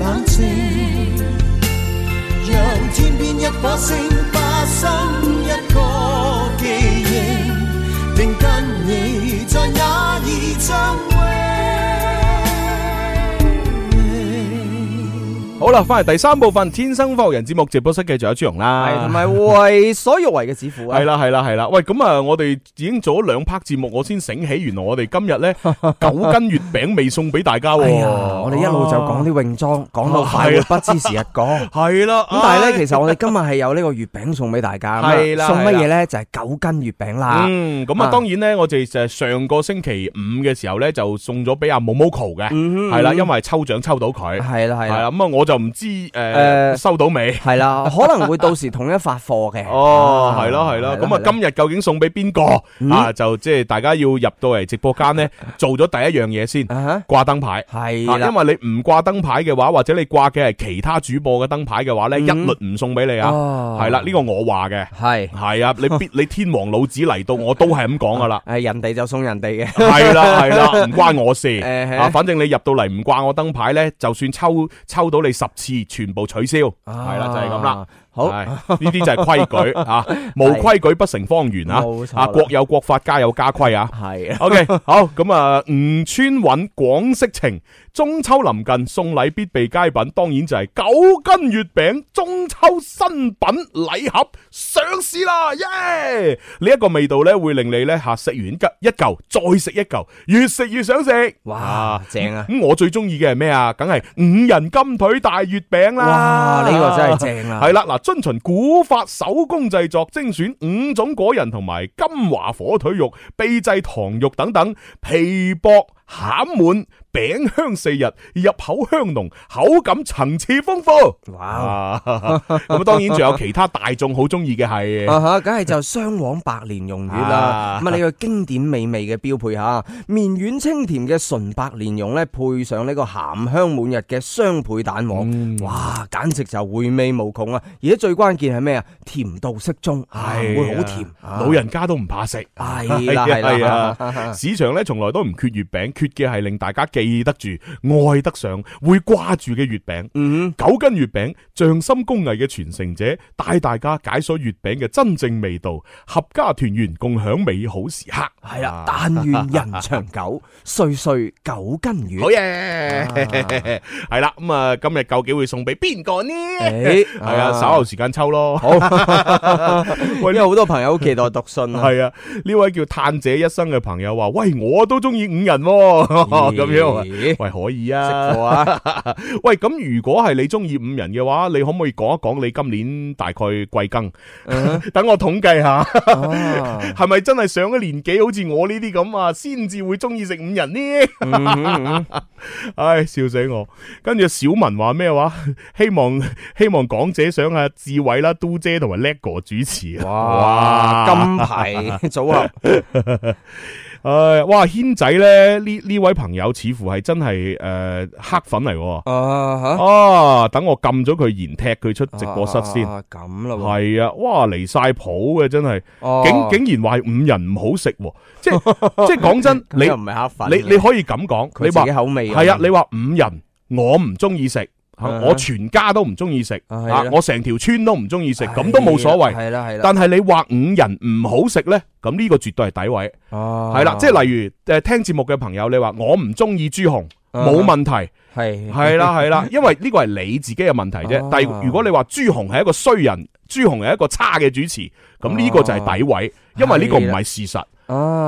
Speaker 3: 冷靜。讓天邊一把聲，把心一個記憶，定跟你在那兒相偎。
Speaker 1: 好啦，翻嚟第三部分《天生快活人》節目直播室，繼續有朱容啦，
Speaker 2: 係同埋為所欲為嘅指父啊，
Speaker 1: 系啦，系啦，系啦。喂，咁啊，我哋已經做咗兩 part 節目，我先醒起，原來我哋今 日咧九斤月餅未送俾大家喎。
Speaker 2: 哎呀，我哋一路就講啲泳裝，講到快活不知時日 講。咁
Speaker 1: 系啦，
Speaker 2: 但係
Speaker 1: 唉
Speaker 2: 咧，其實我哋今日係有呢個月餅送俾大家，咁啊
Speaker 1: 係啦
Speaker 2: 送乜嘢咧？就係九斤月餅啦。
Speaker 1: 嗯，咁啊，
Speaker 2: 啊
Speaker 1: 當然咧，我哋就係上個星期五嘅時候咧，就送咗俾阿 Momoko 嘅，係啦，因為抽獎抽到佢，
Speaker 2: 係啦，係
Speaker 1: 係
Speaker 2: 啦，
Speaker 1: 啦，嗯咁啊，我就唔知誒
Speaker 2: 誒
Speaker 1: 收到未。
Speaker 2: 係啦，可能會到時統一發貨嘅。
Speaker 1: 哦，
Speaker 2: 啊
Speaker 1: 係咯係咯，咁
Speaker 2: 係
Speaker 1: 啊
Speaker 2: 啦
Speaker 1: 今日究竟送俾邊個啊？就即係大家要入到嚟直播間咧，做咗第一樣嘢先，
Speaker 2: 啊哈
Speaker 1: 掛燈牌。
Speaker 2: 係
Speaker 1: 啊，
Speaker 2: 啦
Speaker 1: 因。為你唔掛燈牌嘅話，或者你掛嘅係其他主播嘅燈牌嘅話咧，一律唔送俾你啊。
Speaker 2: 哦
Speaker 1: 係啦，呢個我話嘅，
Speaker 2: 係
Speaker 1: 係啊，你 必你天王老子嚟到，我都係咁講噶啦。
Speaker 2: 诶，人哋就送人哋嘅。
Speaker 1: 係啦 係啦，唔關我事
Speaker 2: 誒係
Speaker 1: 啊！反正你入到嚟唔掛我燈牌咧，就算抽抽到你十次，全部取消，係啦就係咁啦
Speaker 2: 啊。。好，
Speaker 1: 係呢啲就係規矩 啊，無規矩不成方圓啊
Speaker 2: 冇！錯啦
Speaker 1: 啊，國有國法，家有家規啊！
Speaker 2: 係
Speaker 1: OK，好咁啊，吳川韻廣式情，中秋臨近，送禮必備佳品，當然就係九斤月餅中秋新品禮盒上市啦！耶！呢一個味道咧，會令你咧吓食完一嚿一嚿，再食一嚿，越食越想食。
Speaker 2: 哇
Speaker 1: 啊，
Speaker 2: 正 啊！
Speaker 1: 咁我最中意嘅係咩啊？梗係五仁金腿大月餅啦！
Speaker 2: 哇，呢個真係正啊！
Speaker 1: 系啦，嗱，遵循古法手工製作，精選五種果仁同埋金華火腿肉、秘製糖肉等等，皮薄餡滿，餅香四日，入口香濃，口感層次豐富。
Speaker 2: 哇！
Speaker 1: 啊，咁啊當然仲有其他大眾好中意嘅係。
Speaker 2: 啊哈，梗係就雙黃白蓮蓉月啦
Speaker 1: 嗯啊，
Speaker 2: 咁啊呢個經典美味嘅標配吓，綿軟清甜嘅純白蓮蓉咧，配上呢個鹹香滿溢嘅雙倍蛋黃，
Speaker 1: 嗯
Speaker 2: 哇，簡直就回味無窮啊！而且最關鍵係咩啊？甜度適中，啊
Speaker 1: 係
Speaker 2: 會好
Speaker 1: 啊
Speaker 2: 甜，啊
Speaker 1: 老人家都唔怕食。
Speaker 2: 係啦 係
Speaker 1: 係啊
Speaker 2: 啦，
Speaker 1: 啊，市場咧從來都唔缺月餅缺嘅係令大家記得住、愛得上、會掛住嘅月餅。
Speaker 2: 嗯
Speaker 1: 九斤月餅匠心工藝嘅傳承者，帶大家解鎖月餅嘅真正味道，合家團圓，共享美好時刻。啊
Speaker 6: 系啦，但愿人长久，岁岁九斤
Speaker 1: 好
Speaker 6: 月。
Speaker 1: 嘢，係啦，咁啊，今日究竟會送俾邊個呢？
Speaker 2: 诶，
Speaker 1: 係啊，稍後時間抽咯。
Speaker 2: 好，因为好多朋友好期待读信 啊，
Speaker 1: 系啊，呢位叫探者一生嘅朋友話：，喂，我都中意五人喎哦咁、樣，啊
Speaker 2: 咦
Speaker 1: 喂，可以
Speaker 2: 識
Speaker 1: 啊。
Speaker 2: 貨 啊，
Speaker 1: 喂，咁如果係你中意五人嘅話，你可唔可以講一講你今年大概貴庚？ 等我統計下，
Speaker 2: 啊
Speaker 1: 係咪真係上咗年紀，好似我呢啲咁啊，先至會中意食五人呢？唉，笑死我！跟住小文話咩話？ 希望希望港姐想阿志偉啦、嘟姐同埋叻哥主持啊！
Speaker 2: 哇，金牌组 合，
Speaker 1: 诶，哇，軒仔咧呢呢位朋友似乎係真係诶黑粉嚟喎，
Speaker 2: 啊吓，
Speaker 1: 啊，等我撳咗佢，然踢佢出直播室先。
Speaker 2: 啊咁啦喎，
Speaker 1: 係啊，哇，離晒譜嘅真係，
Speaker 2: 哦
Speaker 1: 竟竟然話五人唔好食喎，即係即系讲 真，
Speaker 2: 佢
Speaker 1: 你
Speaker 2: 又唔系黑粉
Speaker 1: 你
Speaker 2: 嘅，
Speaker 1: 你可以咁講，
Speaker 2: 啊佢
Speaker 1: 你
Speaker 2: 自
Speaker 1: 話
Speaker 2: 己口味㗎
Speaker 1: 係啊，你話五人我唔中意食。啊
Speaker 2: 啊
Speaker 1: 我全家都唔中意食，
Speaker 2: 啊係
Speaker 1: 啊
Speaker 2: 啦
Speaker 1: 我成條村都唔中意食，咁都冇所謂。
Speaker 2: 系啦系啦，
Speaker 1: 但係你話五人唔好食呢，咁呢個絕對係詆毀。
Speaker 2: 哦
Speaker 1: 系啦，即系例如诶听节目嘅朋友，你話我唔中意朱紅，
Speaker 2: 啊
Speaker 1: 冇問題，
Speaker 2: 系
Speaker 1: 係啦係啦，因為呢個係你自己嘅問題啫
Speaker 2: 啊。
Speaker 1: 但係如果你話朱紅係一個衰人，朱紅係一個差嘅主持，咁呢個就係詆毀，因為呢個唔係事實。
Speaker 2: 啊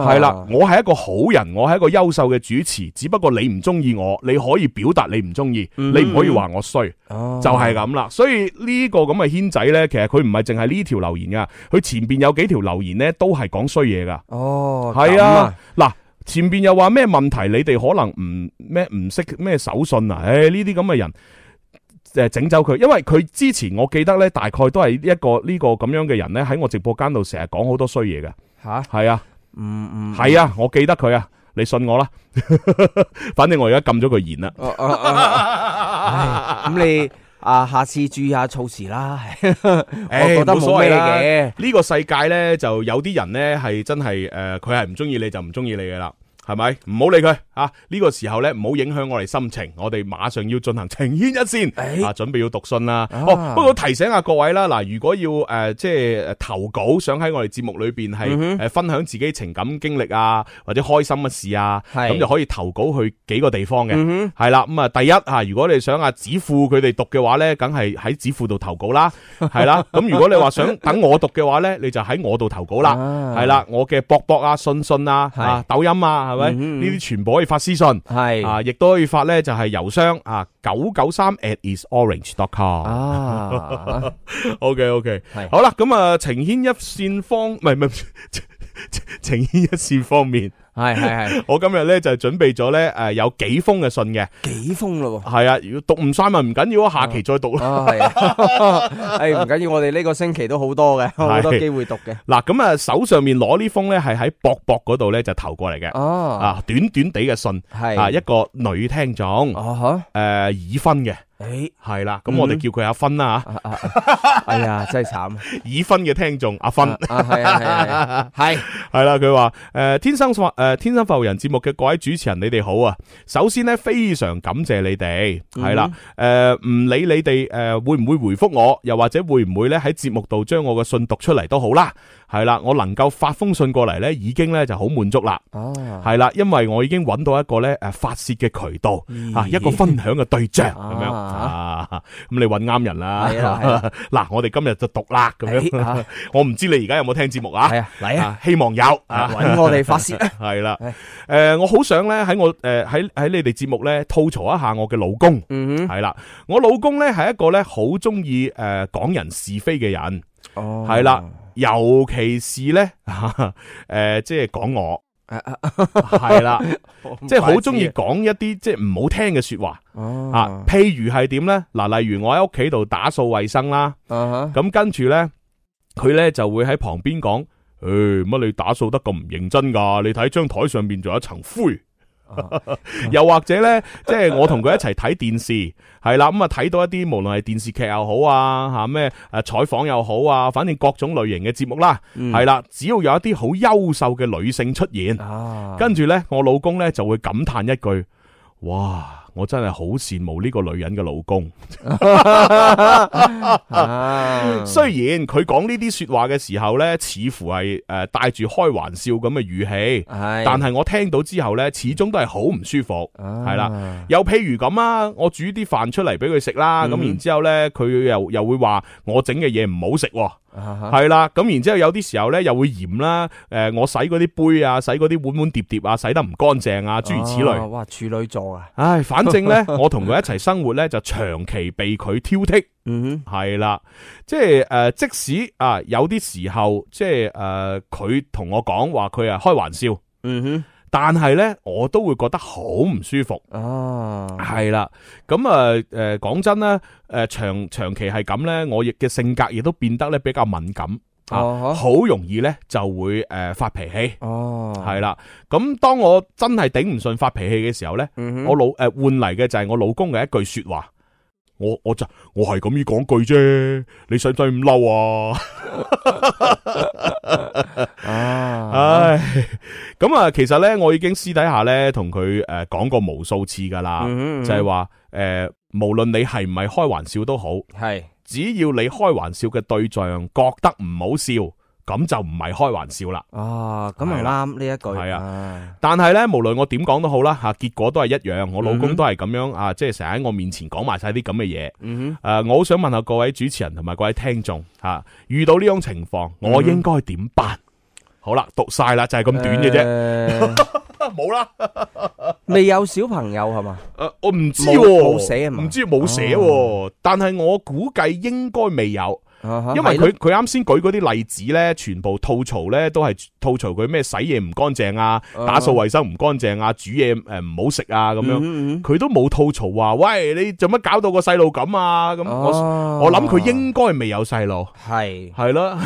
Speaker 1: 係啦，我係一個好人，我係一個優秀嘅主持，只不過你唔中意我，你可以表達你唔中意，你唔可以話我衰。
Speaker 2: 嗯哦
Speaker 1: 就係咁啦。所以呢個咁嘅軒仔呢，其實佢唔係淨係呢條留言噶，佢前邊有幾條留言呢，都係講衰嘢噶。
Speaker 2: 哦
Speaker 1: 係
Speaker 2: 咁
Speaker 1: 啊，嗱。前邊又話咩問題？你哋可能唔咩唔識咩手信啊？唉，呢啲咁嘅人，誒整走佢，因為佢之前我記得咧，大概都係一個呢、個咁樣嘅人咧，喺我直播間度成日講好多衰嘢嘅，
Speaker 2: 吓，
Speaker 1: 係啊，
Speaker 2: 嗯嗯，
Speaker 1: 係啊，我記得佢啊，你信我啦， 反正我而家撳咗佢言啦。
Speaker 2: 哦哦哦唉咁你啊下次注意下措辭啦，我覺得
Speaker 1: 唉冇所
Speaker 2: 冇
Speaker 1: 謂
Speaker 2: 咩
Speaker 1: 啦
Speaker 2: 嘅。
Speaker 1: 呢個世界呢，就有啲人呢係真係誒，呃佢係唔中意你就唔中意你嘅啦。係咪？唔好理佢啊！呢、個時候呢，唔好影響我哋心情。我哋馬上要進行情牽一線、
Speaker 2: 誒
Speaker 1: 啊，準備要讀信啦。
Speaker 2: 啊
Speaker 1: 哦，不過提醒下各位啦，嗱，如果要誒、呃即係呃投稿，想喺我哋節目裏邊
Speaker 2: 嗯
Speaker 1: 係誒分享自己情感經歷啊，或者開心嘅事啊，
Speaker 2: 係嗯
Speaker 1: 咁就可以投稿去幾個地方嘅。 係啦，咁啊，第一啊，如果你想阿子富佢哋讀嘅話呢，梗係喺子富度投稿 啦，係啦。咁如果你話想等我讀嘅話呢，你就喺我度投稿啦，
Speaker 2: 啊
Speaker 1: 係啦。我嘅博博啊、信信啊、
Speaker 2: 係
Speaker 1: 啊抖音啊，係咪？
Speaker 2: 嗯嗯
Speaker 1: 呢啲全部可以發私信。
Speaker 2: 係
Speaker 1: 啊，亦都可以發呢，就係郵箱啊，九九三 at isorange.com。
Speaker 2: 啊，
Speaker 1: O K O K，
Speaker 2: 係
Speaker 1: 好啦，咁啊，情牽一線方，唔係唔 係，情牽一線方面，
Speaker 2: 係係係
Speaker 1: 我今日呢就準備咗呢誒有幾封嘅信嘅。
Speaker 2: 幾封 嘞喎。
Speaker 1: 系啊，如果讀唔晒咪唔緊要啊，下期再讀啦。
Speaker 2: 啊，系，诶，唔緊要，我哋呢個星期都好多嘅，好多機會讀嘅。
Speaker 1: 嗱，咁啊，手上面攞呢封咧，係喺博博嗰度咧就投過嚟嘅，
Speaker 2: 哦，
Speaker 1: 啊，短短地嘅信，
Speaker 2: 係
Speaker 1: 啊，一個女聽眾，
Speaker 2: 哦
Speaker 1: 诶，已婚嘅，
Speaker 2: 吓，诶，
Speaker 1: 係啦，咁我哋叫佢阿芬啦
Speaker 2: 嗯啊啊啊哎呀，真係慘。
Speaker 1: 吓，已婚嘅聽眾阿芬
Speaker 2: 啊。啊，係啊，係啊係啊，係。
Speaker 1: 系啦，佢話诶天生發诶、天生發育人節目嘅各位主持人，你哋好啊！首先呢，非常感謝你哋，係啦，诶唔、理你哋诶、呃、会唔會回覆我，又或者會唔會咧喺節目度將我嘅信讀出嚟都好啦，係啦，我能夠發封信過嚟呢，已經呢就好滿足啦，
Speaker 2: 哦，
Speaker 1: 係啦，因為我已經揾到一個呢诶发泄嘅渠道
Speaker 2: 咦
Speaker 1: 啊，一個分享嘅對象咁樣
Speaker 2: 啊
Speaker 1: 啊，咁你揾啱人啦
Speaker 2: 係啊係啊，
Speaker 1: 嗱，我哋今日就讀啦咁
Speaker 2: 哎
Speaker 1: 樣
Speaker 2: 啊，
Speaker 1: 我唔知你而家有冇聽節目啊
Speaker 2: 係？啊，嚟啊，
Speaker 1: 啊，希望有啊，
Speaker 2: 搵我哋發泄啊。
Speaker 1: 系啦
Speaker 2: 係，
Speaker 1: 诶，我好想咧喺我诶喺喺你哋節目咧吐槽一下我嘅老公，
Speaker 2: 嗯
Speaker 1: 係啦，我老公咧係一個咧好中意诶講人是非嘅人，
Speaker 2: 哼，哦
Speaker 1: 係啦，，尤其是 咧诶即係講我，
Speaker 2: 啊啊
Speaker 1: 係啦，即係好中意
Speaker 2: 唔怪之啊
Speaker 1: 講一啲即係唔好聽嘅说話
Speaker 2: 哦
Speaker 1: 啊，譬如係點咧？嗱，例如我喺屋企度打掃衛生啦。
Speaker 2: 啊
Speaker 1: 咁跟住呢，佢呢就會喺旁邊講：，诶、乜你打掃得咁唔認真㗎？你睇張台上面仲有一層灰。 又或者咧，即系我同佢一齐睇電視， 係啦，咁啊睇到一啲無論係電視劇又好啊，吓咩诶採訪又好啊，反正各種類型嘅節目啦，係啦，只要有一啲好優秀嘅女性出現，
Speaker 2: 啊，
Speaker 1: 跟住咧我老公咧就會感嘆一句：，哇！我真係好羨慕呢個女人嘅老公。
Speaker 2: 啊
Speaker 1: 雖然佢講呢啲说話嘅時候咧，似乎係诶带住開玩笑咁嘅語氣，
Speaker 2: 係
Speaker 1: 但係我聽到之後咧，始終都係好唔舒服。
Speaker 2: 啊
Speaker 1: 係啦又譬如咁啊，我煮啲飯出嚟俾佢食
Speaker 2: 嗯
Speaker 1: 啦，咁、然之後呢，佢又又會話我整嘅嘢唔好食喎，
Speaker 2: 啊
Speaker 1: 係啦，咁然之後有啲時候呢，又會嫌啦，誒、我洗嗰啲杯啊，洗嗰啲碗碗碟碟啊，洗得唔乾淨啊，諸如此類。
Speaker 2: 啊哇，處女座啊，
Speaker 1: 唉，反正 呢，我同佢一齊生活呢，就長期被佢挑剔，
Speaker 2: 嗯
Speaker 1: 係啦，即係誒、呃即使啊有啲時候，即係誒佢同我講話佢啊開玩笑，
Speaker 2: 嗯
Speaker 1: 但係呢，我都會覺得好唔舒服。
Speaker 2: 哼，啊，
Speaker 1: 系啦，咁啊诶，讲真咧，诶长长期係咁咧，我亦嘅性格亦都變得咧比較敏感，啊
Speaker 2: 哦
Speaker 1: 好容易咧就會诶发脾氣，
Speaker 2: 哦，
Speaker 1: 係啦。咁當我真係頂唔順發脾氣嘅時候咧，
Speaker 2: 嗯
Speaker 1: 我老诶换嚟嘅就係我老公嘅一句说話，我我就我係咁意講句啫，你使唔使咁嬲啊？
Speaker 2: 哼，啊，
Speaker 1: 唉， 咁啊，其實咧我已經私底下咧同佢诶讲过无數次噶啦，
Speaker 2: 嗯哼
Speaker 1: 就係話诶无论你係唔係開玩笑都好。
Speaker 2: 係
Speaker 1: 只要你開玩笑嘅對象覺得唔好笑，咁就唔係開玩笑啦。
Speaker 2: 啊，咁
Speaker 1: 係
Speaker 2: 咪
Speaker 1: 啦
Speaker 2: 啱呢一句，
Speaker 1: 係啊
Speaker 2: 啊，
Speaker 1: 但係呢，無論我點講都好啦，吓结果都係一樣。我老
Speaker 2: 嗯哼
Speaker 1: 公都係咁樣啊，即係成日喺我面前講埋晒啲咁嘅嘢。
Speaker 2: 嗯
Speaker 1: 诶、呃我好想問下各位主持人同埋各位聽眾吓、啊遇到呢種情況，我
Speaker 2: 嗯
Speaker 1: 應該點辦？好啦，讀晒啦，就係
Speaker 2: 哼，
Speaker 1: 咁短嘅啫，
Speaker 2: 啫，
Speaker 1: 冇啦、
Speaker 2: 未有小朋友係嘛？
Speaker 1: 呃我唔知
Speaker 2: 冇
Speaker 1: 喎，
Speaker 2: 冇寫啊嘛哦
Speaker 1: 唔知冇寫喎，但係我估計應該未有。
Speaker 2: 啊
Speaker 1: 因為佢佢啱先舉嗰啲例子咧，全部吐槽咧都係吐槽佢咩洗嘢唔乾淨啊，
Speaker 2: 啊
Speaker 1: 打掃衞生唔乾淨啊，煮嘢誒唔好食啊咁樣，
Speaker 2: 咁
Speaker 1: 佢都冇吐槽話，喂你做乜搞到個細路咁啊？咁
Speaker 2: 哦
Speaker 1: 我我
Speaker 2: Ờ.
Speaker 1: 諗佢應該未有細路，
Speaker 2: 系，
Speaker 1: 係咯，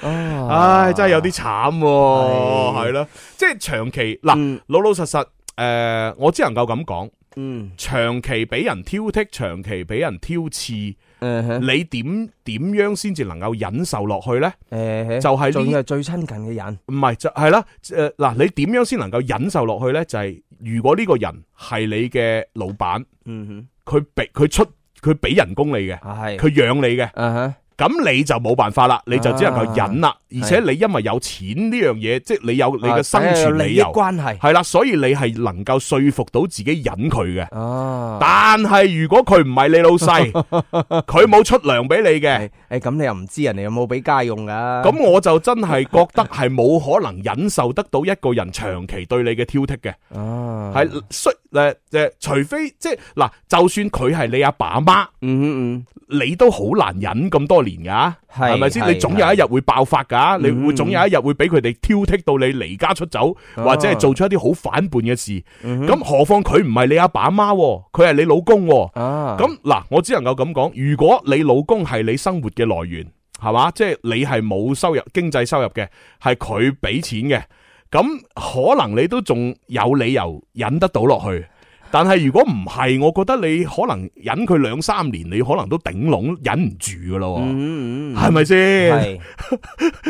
Speaker 2: 唉 Ờ.
Speaker 1: 唉真係有啲慘喎，
Speaker 2: 哦係
Speaker 1: 係咯，即係長期嗱
Speaker 2: 嗯
Speaker 1: 老老實實誒，我只能夠咁講，
Speaker 2: 嗯
Speaker 1: 長期俾人挑剔，長期俾人挑刺，
Speaker 2: 嗯哼
Speaker 1: 你點點樣先至能夠忍受落去呢？
Speaker 2: 誒
Speaker 1: 就係呢
Speaker 2: 仲要係最親近嘅人，
Speaker 1: 唔係就係啦，诶嗱，你點樣先能夠忍受落去呢？就係如果呢個人係你嘅老闆，
Speaker 2: 嗯
Speaker 1: 佢俾佢出佢俾人工你嘅，
Speaker 2: 哼，係，
Speaker 1: 佢養你嘅，
Speaker 2: 啊哈，
Speaker 1: 咁你就冇辦法啦，你就只能夠忍啦。而且你因為有錢呢樣嘢，即係你有你
Speaker 2: 啊 Ờ,
Speaker 1: 嘅生存理由，
Speaker 2: 關係
Speaker 1: 係啦，所以你係能夠說服到自己忍佢嘅。
Speaker 2: 啊，
Speaker 1: 但係如果佢唔係你老 細，佢冇出糧俾你嘅。
Speaker 2: 係誒咁你又唔知人哋有冇俾家用噶，
Speaker 1: 咁我就真係覺得係冇可能忍受得到一個人長期對你嘅挑剔嘅。
Speaker 2: 啊，
Speaker 1: 系需诶诶，除非即系嗱，就算佢係你阿爸阿媽，
Speaker 2: 嗯嗯
Speaker 1: 你都好難忍咁多年噶，
Speaker 2: 係
Speaker 1: 係咪先？
Speaker 2: 係
Speaker 1: 你總有一日會爆發噶，你
Speaker 2: 嗯
Speaker 1: 會總有一日會俾佢哋挑剔到你離家出走，
Speaker 2: 啊
Speaker 1: 或者係做出一啲好反叛嘅事。
Speaker 2: 嗯
Speaker 1: 咁何況佢唔係你阿爸阿媽喎，佢係你老公喎。
Speaker 2: 嗯啊，
Speaker 1: 咁嗱，我只能夠咁講，如果你老公係你生活嘅來源，係嘛？即係你係冇收入經濟收入嘅，係佢俾錢嘅，咁可能你都仲有理由忍得到落去。但係如果唔係，我覺得你可能忍佢兩三年，你可能都頂籠忍唔住噶
Speaker 2: Ừ,
Speaker 1: 咯喎，
Speaker 2: 嗯嗯
Speaker 1: 係咪先？
Speaker 2: 係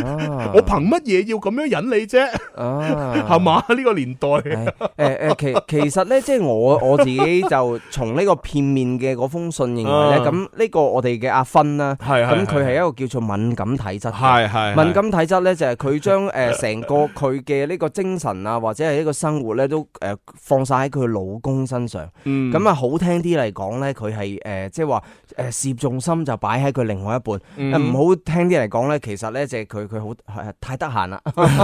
Speaker 2: 啊
Speaker 1: 我憑乜嘢要咁樣忍你啫？
Speaker 2: 啊
Speaker 1: 係嘛？呢個年代，
Speaker 2: 誒誒，其其實咧，即係我我自己就從呢個片面嘅嗰封信認為
Speaker 1: 啊
Speaker 2: 咧，咁呢個我哋嘅阿芬啦，
Speaker 1: 係
Speaker 2: 咁佢係一個叫做敏感體質嘅。
Speaker 1: 係係
Speaker 2: 敏感體質咧，就係 佢將誒成個佢嘅呢個精神啊，或者係呢個生活咧，都誒放晒喺佢老公身上。
Speaker 1: 嗯
Speaker 2: 咁啊，好聽啲嚟講咧，佢係誒即係話誒事業重心就擺喺佢另外一半。
Speaker 1: 嗯
Speaker 2: 呃唔好聽啲嚟講咧，其實咧就係佢佢好係太得閒 啦，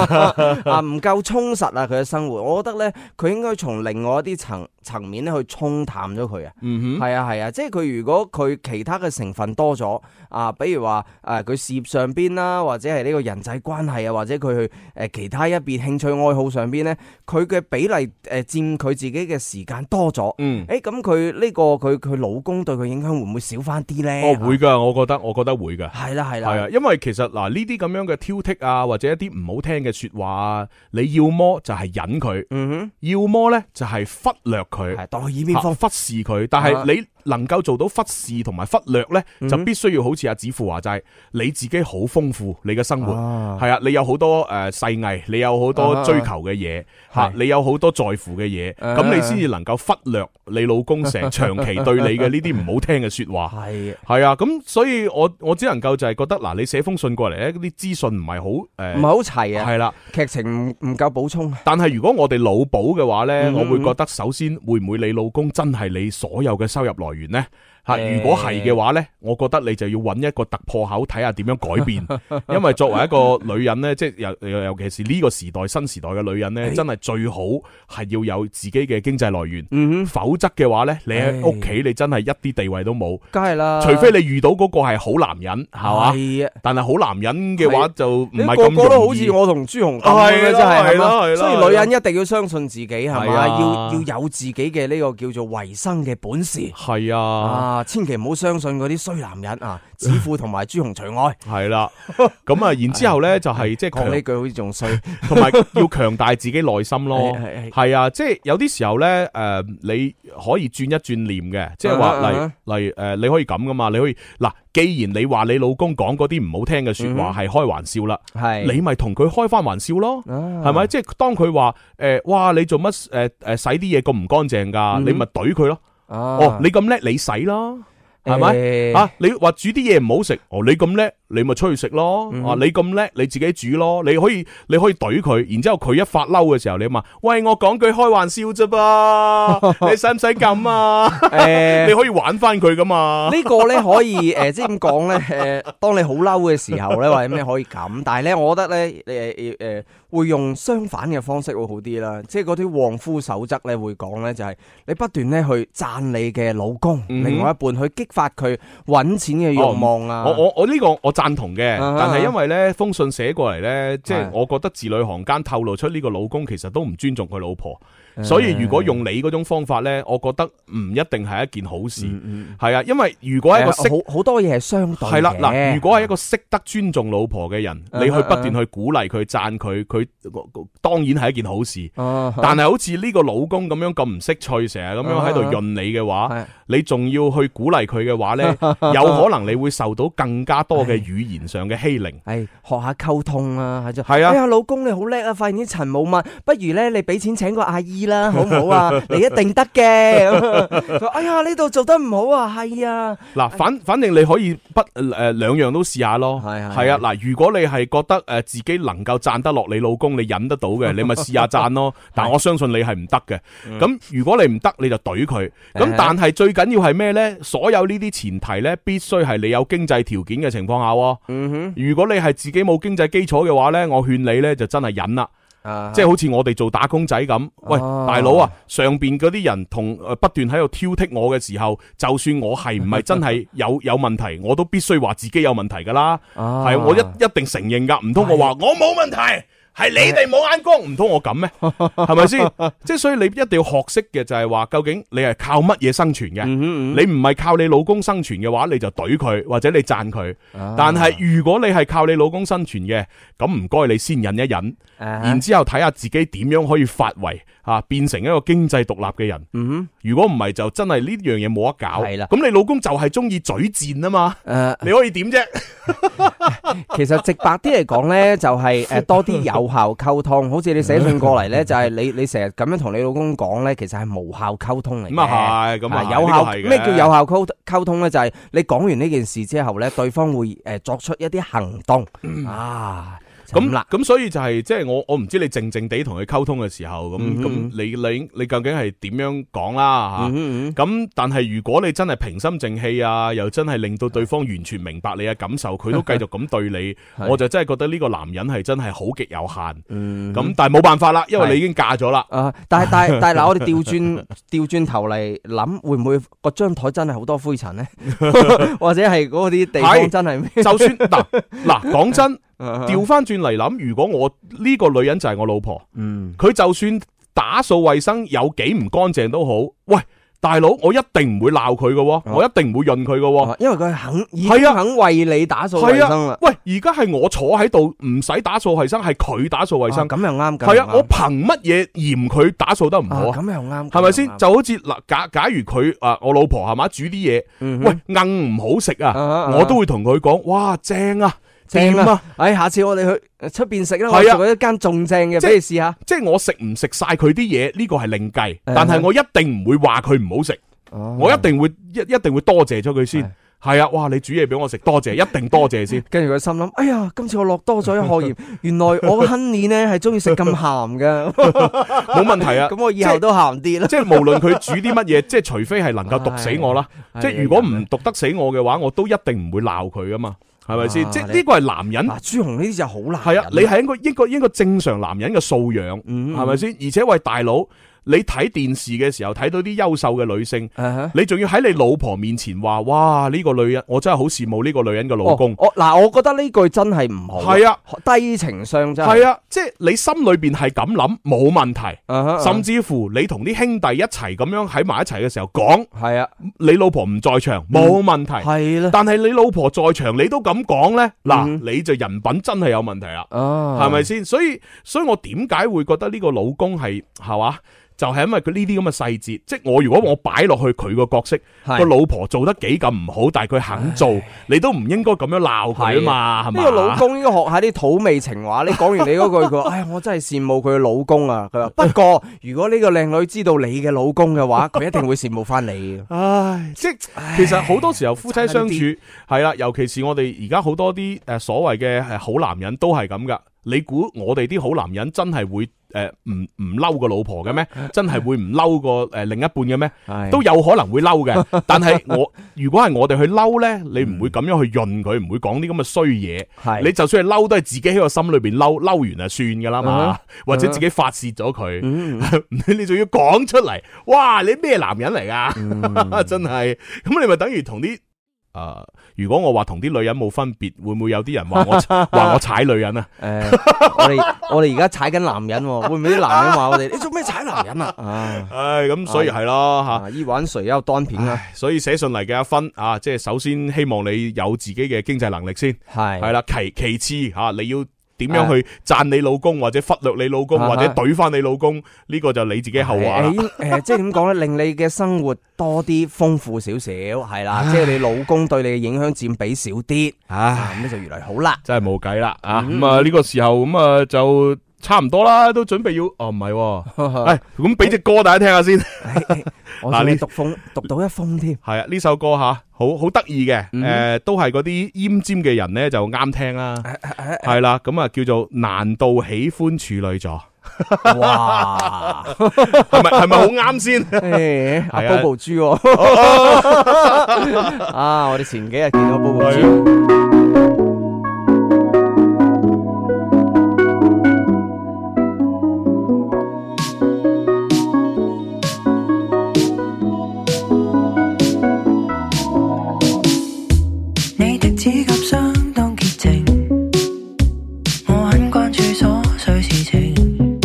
Speaker 2: 啊唔夠充實啊佢嘅生活。我覺得咧，佢應該從另外一啲層層面咧去沖淡咗佢啊。
Speaker 1: 嗯哼
Speaker 2: 係啊係啊，即係佢如果佢其他嘅成分多咗啊，比如話誒佢事業上邊啦，或者係呢個人際關係啊，或者佢去誒、呃其他一邊興趣愛好上邊咧，佢嘅比例誒、佔佢自己嘅時間多多咗，
Speaker 1: 嗯，
Speaker 2: 诶，咁佢呢個佢佢老公對佢影響會唔會少翻啲咧？
Speaker 1: 哦會噶，我覺得我覺得會噶。
Speaker 2: 係啦係
Speaker 1: 系啊
Speaker 2: 啦，，
Speaker 1: 因為其實嗱呢啲咁樣嘅挑剔啊，或者一啲唔好聽嘅说話啊，你要麼就係忍佢，
Speaker 2: 嗯
Speaker 1: 要麼呢就係忽略
Speaker 2: 哼，
Speaker 1: 佢，
Speaker 2: 係當佢耳邊
Speaker 1: 嚇
Speaker 2: 風，
Speaker 1: 忽視佢。但係
Speaker 2: 啊
Speaker 1: 你能夠做到忽視同埋忽略呢，
Speaker 2: 嗯
Speaker 1: 就必須要好似阿子富話齋，你自己好豐富你嘅生活。
Speaker 2: 啊
Speaker 1: 系啊，你有好多诶细藝，你有好
Speaker 2: 啊
Speaker 1: 多追求嘅嘢吓，
Speaker 2: 係
Speaker 1: 你有好多在乎嘅嘢，
Speaker 2: 啊
Speaker 1: 咁你先至能夠忽略你老公成 日長期對你嘅呢啲唔好聽嘅说話。
Speaker 2: 係
Speaker 1: 係啊，咁所以我我只能夠就係覺得嗱，你寫封信過嚟咧，啲資訊唔係好诶
Speaker 2: 唔係，好齊啊？
Speaker 1: 係啦。
Speaker 2: 劇情唔唔夠補充啊，
Speaker 1: 但係如果我哋腦補嘅話咧，
Speaker 2: 嗯
Speaker 1: 我會覺得首先會唔會你老公真係你所有嘅收入來源呢？吓，
Speaker 2: 誒
Speaker 1: 如果係嘅話呢，我覺得你就要揾一個突破口，睇下點樣改 變。因為作為一個女人呢，即係尤尤尤其是呢個時代新時代嘅女人呢，真係最好係要有自己嘅經濟來源，
Speaker 2: 嗯哼，
Speaker 1: 否則嘅話呢，你喺
Speaker 2: 誒
Speaker 1: 屋企你真係一啲地位都冇，
Speaker 2: 梗係啦，
Speaker 1: 除非你遇到嗰個係好男人，係嘛？
Speaker 2: 啊係啊，
Speaker 1: 但係好男人嘅話就唔
Speaker 2: 你
Speaker 1: 係
Speaker 2: 個
Speaker 1: 咁
Speaker 2: 個都
Speaker 1: 容
Speaker 2: 好
Speaker 1: 易
Speaker 2: 似。我同朱紅咁
Speaker 1: 係
Speaker 2: 嘅
Speaker 1: 啦
Speaker 2: 真係，
Speaker 1: 係
Speaker 2: 係
Speaker 1: 啦係
Speaker 2: 嘛
Speaker 1: 啦
Speaker 2: 所以
Speaker 1: 係啦
Speaker 2: 女人一定要相信自己係嘛，
Speaker 1: 係啊
Speaker 2: 要要有自己嘅呢個叫做維生嘅本事。
Speaker 1: 係啊。
Speaker 2: 啊！千祈唔好相信嗰啲衰男人 啊，子富同埋朱紅除外。
Speaker 1: 系 啦，咁啊，然之后咧就係即係
Speaker 2: 講
Speaker 1: 強，
Speaker 2: 呢句好似仲衰，
Speaker 1: 同埋 要強大自己內心咯
Speaker 2: 係係係。
Speaker 1: 係啊，即係有啲時候咧，诶，你可以轉一轉念嘅，即係
Speaker 2: 啊
Speaker 1: 話
Speaker 2: 啊
Speaker 1: 例例诶，誒你可以咁噶嘛，你可以嗱，既然你話你老公講嗰啲唔好聽嘅说話係開玩笑啦，
Speaker 2: 嗯係啊
Speaker 1: 你咪同佢開翻玩笑咯。係咪？即係當佢話诶，誒哇！你做乜诶诶洗啲嘢咁唔乾淨
Speaker 2: 嗯
Speaker 1: 㗎？你咪懟佢咯。哦
Speaker 2: 哦，
Speaker 1: 你咁叻，你洗啦，係咪？
Speaker 2: 咪
Speaker 1: 啊！你話煮啲嘢唔好食，哦，你咁叻，你咪出去食咯。
Speaker 2: 嗯
Speaker 1: 啊，你咁叻，你自己煮咯。你可以，你可以懟佢，然之後佢一發嬲嘅時候，你話：喂，我講句開玩笑啫噃，你使唔使咁啊？
Speaker 2: 诶
Speaker 1: 你？可以玩翻佢噶嘛？
Speaker 2: 呢個咧可以誒，即係點講 咧？誒，當你好嬲嘅時候咧，或者咩可以咁，但係咧，我覺得咧，誒誒誒，呃會用相反嘅方式會好啲啦。即係嗰啲旺夫守則咧，會講咧就係你不斷咧去讚你嘅老公，
Speaker 1: 嗯哼
Speaker 2: 另外一半去激發佢揾錢嘅慾望啊。
Speaker 1: 哦我我我呢個我贊同嘅，
Speaker 2: 啊
Speaker 1: 但係因為呢封信寫過嚟呢，即係
Speaker 2: 係
Speaker 1: 我覺得字裏行間透露出呢個老公其實都唔尊重佢老婆，所以如果用你嗰種方法呢，我覺得唔一定係一件好事。係啊，因為如果係一個識
Speaker 2: 誒好好多嗯嘢係相對
Speaker 1: 系啦，嗱，
Speaker 2: 嘅
Speaker 1: 如果係一個識得尊重老婆嘅人，
Speaker 2: 嗯
Speaker 1: 你去不斷去鼓勵佢、讚佢，佢當然係一件好事。
Speaker 2: 啊
Speaker 1: 但係好似呢個老公咁樣咁唔識趣，成日咁樣喺度
Speaker 2: 嗯嗯
Speaker 1: 潤你嘅話，
Speaker 2: 係
Speaker 1: 你仲要去鼓勵佢嘅話 呢，有可能你會受到更加多嘅語言上嘅欺凌。
Speaker 2: 系学下溝通啦，係啫。
Speaker 1: 係啊
Speaker 2: 哎呀，老公你好叻啊，發現啲塵冇問，不如咧你俾錢請個阿 姨啦，好唔好啊？你一定得嘅。 佢話哎呀，呢度做得唔好啊，係啊，
Speaker 1: 嗱，反反正你可以不诶两样都試下咯，
Speaker 2: 係係
Speaker 1: 係啊，嗱，如果你係覺得诶自己能夠讚得落你老公，你忍得到 嘅，你咪試下讚咯。但我相信你係唔得嘅。咁如果你唔得，你就懟佢。咁
Speaker 2: 嗯誒
Speaker 1: 但係最緊要係咩呢？所有呢啲前提呢，必須係你有經濟條件嘅情況下喎。
Speaker 2: 嗯
Speaker 1: 如果你係自己冇經濟基礎嘅話呢，我勸你呢就真係忍啦。
Speaker 2: 哼，啊
Speaker 1: 即係好似我哋做打工仔咁，喂，
Speaker 2: 哦
Speaker 1: 大佬啊，上邊嗰啲人同呃不斷喺度挑剔我嘅時候，就算我係唔係真 係有有問題，我都必須話自己有問題噶啦，
Speaker 2: 啊
Speaker 1: 係我一一定承認噶，唔通我話我冇問題？係你哋冇眼光，唔通我咁 咩？係咪先？即係所以你一定要學識嘅就係話，究竟你係靠乜嘢生存嘅？
Speaker 2: 嗯
Speaker 1: 你唔係靠你老公生存嘅話，你就懟佢或者你讚佢。
Speaker 2: 啊
Speaker 1: 但係如果你係靠你老公生存嘅，咁唔該你先忍一忍。
Speaker 2: 啊
Speaker 1: 然之後睇下自己點樣可以發圍啊，變成一個經濟獨立嘅人。
Speaker 2: 嗯
Speaker 1: 如果唔係就真係呢樣嘢冇得搞。
Speaker 2: 係啦
Speaker 1: 咁你老公就係中意嘴賤啊嘛，
Speaker 2: 诶，
Speaker 1: 你可以點啫？
Speaker 2: 其實直白啲嚟講咧，就係诶多啲有效溝通。好似你寫信過嚟
Speaker 1: 嗯
Speaker 2: 咧，就係你你成日咁樣同你老公講咧，其實係無效溝通嚟嘅。
Speaker 1: 咁啊係，咁啊
Speaker 2: 啊
Speaker 1: 係
Speaker 2: 有效
Speaker 1: 呢個係嘅
Speaker 2: 咩叫有效溝溝通咧？就係你講完呢件事之後咧，對方會誒作出一啲行動啊，就
Speaker 1: 嗯咁
Speaker 2: 啦，
Speaker 1: 咁所以就係即係我我唔知你靜靜地同佢溝通嘅時候，咁
Speaker 2: 嗯
Speaker 1: 咁
Speaker 2: 嗯
Speaker 1: 你你你究竟係點樣講啦吓？
Speaker 2: 嗯嗯
Speaker 1: 咁但係如果你真係平心靜氣啊，又真係令到對方完全明白你嘅感受， 佢都繼續咁對你，
Speaker 2: 係
Speaker 1: 我就真係覺得呢個男人係真係好極有限。
Speaker 2: 嗯
Speaker 1: 咁但係冇辦法啦，因為
Speaker 2: 係
Speaker 1: 你已經嫁咗啦。
Speaker 2: 啊，但係 但係但係嗱，我哋調轉 調轉頭嚟諗，會唔會個張台真係好多灰 塵咧？或者係嗰啲地
Speaker 1: 係
Speaker 2: 方真係
Speaker 1: 就
Speaker 2: 咩？
Speaker 1: 算嗱嗱講
Speaker 2: 啊
Speaker 1: 真，調翻轉嚟諗，如果我呢個女人就係我老婆，
Speaker 2: 嗯
Speaker 1: 佢就算打掃衛生有幾唔乾淨都好，喂，大佬，我一定唔會鬧佢嘅喎，
Speaker 2: 啊
Speaker 1: 我一定唔會潤佢嘅喎。
Speaker 2: 因為佢肯已
Speaker 1: 哦係
Speaker 2: 經
Speaker 1: 啊
Speaker 2: 肯為你啊打掃衞
Speaker 1: 係
Speaker 2: 生
Speaker 1: 啊
Speaker 2: 啦，，
Speaker 1: 喂，而家係我坐喺度，唔使打掃衞生，係佢打掃衞
Speaker 2: 啊
Speaker 1: 生。
Speaker 2: 咁又啱，咁
Speaker 1: 係
Speaker 2: 又
Speaker 1: 啊，我
Speaker 2: 啱
Speaker 1: 憑乜嘢嫌佢打掃得唔
Speaker 2: 啊
Speaker 1: 好啊？
Speaker 2: 咁又啱，
Speaker 1: 係咪先？
Speaker 2: 咁
Speaker 1: 就好似嗱，假假如佢啊，我老婆係嘛煮啲嘢，
Speaker 2: 又啱
Speaker 1: 喂，硬唔好食
Speaker 2: 嗯啊啊
Speaker 1: 啊
Speaker 2: 啊，
Speaker 1: 我都會同佢講，哇，正啊，
Speaker 2: 正
Speaker 1: 掂啊
Speaker 2: 啊！！哎，下次我哋去呃出邊食啦，我
Speaker 1: 係啊
Speaker 2: 做一間仲正嘅
Speaker 1: 即
Speaker 2: 俾你試下。
Speaker 1: 即係我食唔食晒佢啲嘢，呢個係另計，
Speaker 2: 嗯
Speaker 1: 但係我一定唔會話佢唔好食，我一定會一一定會多謝咗佢先
Speaker 2: 啊係。
Speaker 1: 係啊，哇！你煮嘢俾我食，多謝，一定多謝 先。
Speaker 2: 跟住佢心諗：哎呀，今次我落多咗一 殼鹽，原來我個 honey 咧係中意食咁鹹嘅，
Speaker 1: 冇問題啊。
Speaker 2: 咁我以後都鹹啲啦。
Speaker 1: 即係無論佢煮啲乜嘢，即係除非係能夠毒死我啦。即係如果唔毒得死我嘅話，我都一定唔會鬧佢噶嘛，係咪先？
Speaker 2: 啊
Speaker 1: 即係
Speaker 2: 你
Speaker 1: 呢個係男人
Speaker 2: 嗱，朱紅呢啲就好難。
Speaker 1: 係啊，你係應該應該應該正常男人嘅素養，
Speaker 2: 嗯
Speaker 1: 係咪先？而且喂大佬，你睇電視嘅時候睇到啲優秀嘅女性，
Speaker 2: 啊哈
Speaker 1: 你仲要喺你老婆面前話，哇呢個女人，我真係好羨慕呢個女人嘅老公
Speaker 2: 哦。我嗱，我覺得呢句真係唔好，
Speaker 1: 係啊，
Speaker 2: 低情商真係。
Speaker 1: 係啊，即係你心裏邊係咁諗冇問題，
Speaker 2: 啊哈，
Speaker 1: 甚至乎你同啲兄弟一齊咁樣喺埋一齊嘅時候講，
Speaker 2: 係啊，
Speaker 1: 你老婆唔在場冇問題。
Speaker 2: 嗯係啦，
Speaker 1: 但係你老婆在場，你都咁講呢，嗱
Speaker 2: 嗯，
Speaker 1: 你就人品真係有問題啦，
Speaker 2: 啊，
Speaker 1: 係咪先？所以，所以我點解會覺得呢個老公係係嘛？就係因為佢呢啲咁嘅細節，即係我如果我擺落去佢個角色，
Speaker 2: 係
Speaker 1: 個老婆做得幾咁唔好，但係佢肯做，你都唔應該咁樣鬧佢啊嘛，係嘛？
Speaker 2: 呢個老公應該學下啲土味情話。你講完你 嗰句，佢話：，哎呀，我真係羨慕佢嘅老公啊！佢話：不過如果呢個靚女知道你嘅老公嘅話，佢一定會羨慕 翻你。
Speaker 1: 唉，即係其實好多時候夫妻相處
Speaker 2: 差
Speaker 1: 係啦，尤其是我哋而家好多啲誒所謂嘅誒好男人都係咁噶。你估我哋啲好男人真係會誒唔唔嬲個老婆嘅 咩？真係會唔嬲個誒呃另一半嘅咩？都有可能會嬲 嘅。但係我如果係我哋去嬲呢，你唔會咁樣去潤佢，唔會講啲咁嘅衰嘢。
Speaker 2: 係
Speaker 1: 你就算係嬲，都係自己喺個心裏邊嬲，嬲完就算噶啦嘛，或者自己發泄咗佢。
Speaker 2: 嗯
Speaker 1: 你仲要講出嚟，哇！你咩男人嚟噶？
Speaker 2: 嗯
Speaker 1: 真係，咁你咪等於同啲诶，如果我話同啲女人冇分別，會唔會有啲人話我 話我踩女人啊？
Speaker 2: 诶、我哋我哋而家踩緊男人喎，會唔會啲男人話我哋？你做咩踩 男人啊？啊，
Speaker 1: 唉，咁所以係咯吓。
Speaker 2: 啊依玩誰有當片啊？
Speaker 1: 唉所以寫信嚟嘅阿芬啊，即係首先希望你有自己嘅經濟能力先，
Speaker 2: 係
Speaker 1: 係啦。其其次吓，你要點樣去讚你老公，或者忽略你老公，
Speaker 2: 啊
Speaker 1: 或者懟翻你老公，呢個就你自己後話啦。
Speaker 2: 誒 誒即係哎點講咧？令你嘅生活多啲豐富少少，係啦，即係你老公對你嘅影響佔比少啲，
Speaker 1: 唉。
Speaker 2: 咁咧就越嚟越好啦。
Speaker 1: 真系冇计啦啊！咁啊呢个时候咁啊就差唔多啦，都准备要哦唔系喎， 诶咁俾只歌大家听下 先。系
Speaker 2: 我
Speaker 1: 嗱
Speaker 2: 仲
Speaker 1: 呢
Speaker 2: 要讀 封讀到一封添。
Speaker 1: 啊，呢首歌吓好好得意嘅，
Speaker 2: 嗯
Speaker 1: 诶都系嗰啲奄尖嘅人咧就啱听 啦，系啦，咁啊叫做難道喜歡處女 座，
Speaker 2: 哇！
Speaker 1: 係咪係咪好啱 先？
Speaker 2: 誒阿
Speaker 1: 係啊
Speaker 2: Bobo 豬喎， 啊！我哋前幾日見到 Bobo 豬。
Speaker 8: 你的指甲相當潔淨，我很關注瑣碎事情。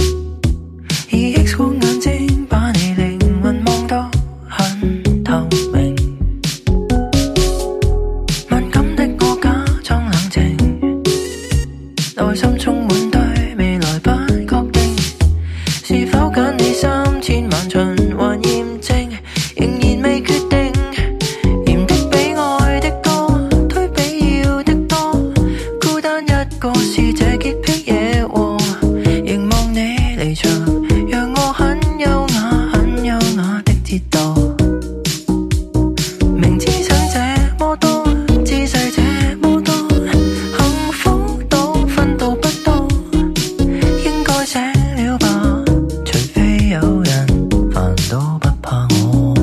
Speaker 8: 以 X 光眼睛把你靈魂望得很透明，敏感的我假裝冷靜，內心充滿對未來不確定。是否揀你三千萬循環驗證，仍然未決定。嫌的比愛的多，推比要的多，孤單一個是這潔癖惹禍。凝望你離場，讓我很優雅、很優雅的跌墮。明知想這麼多，姿勢這麼多，幸福到分到不多。應該醒了吧，除非有人煩都不怕我。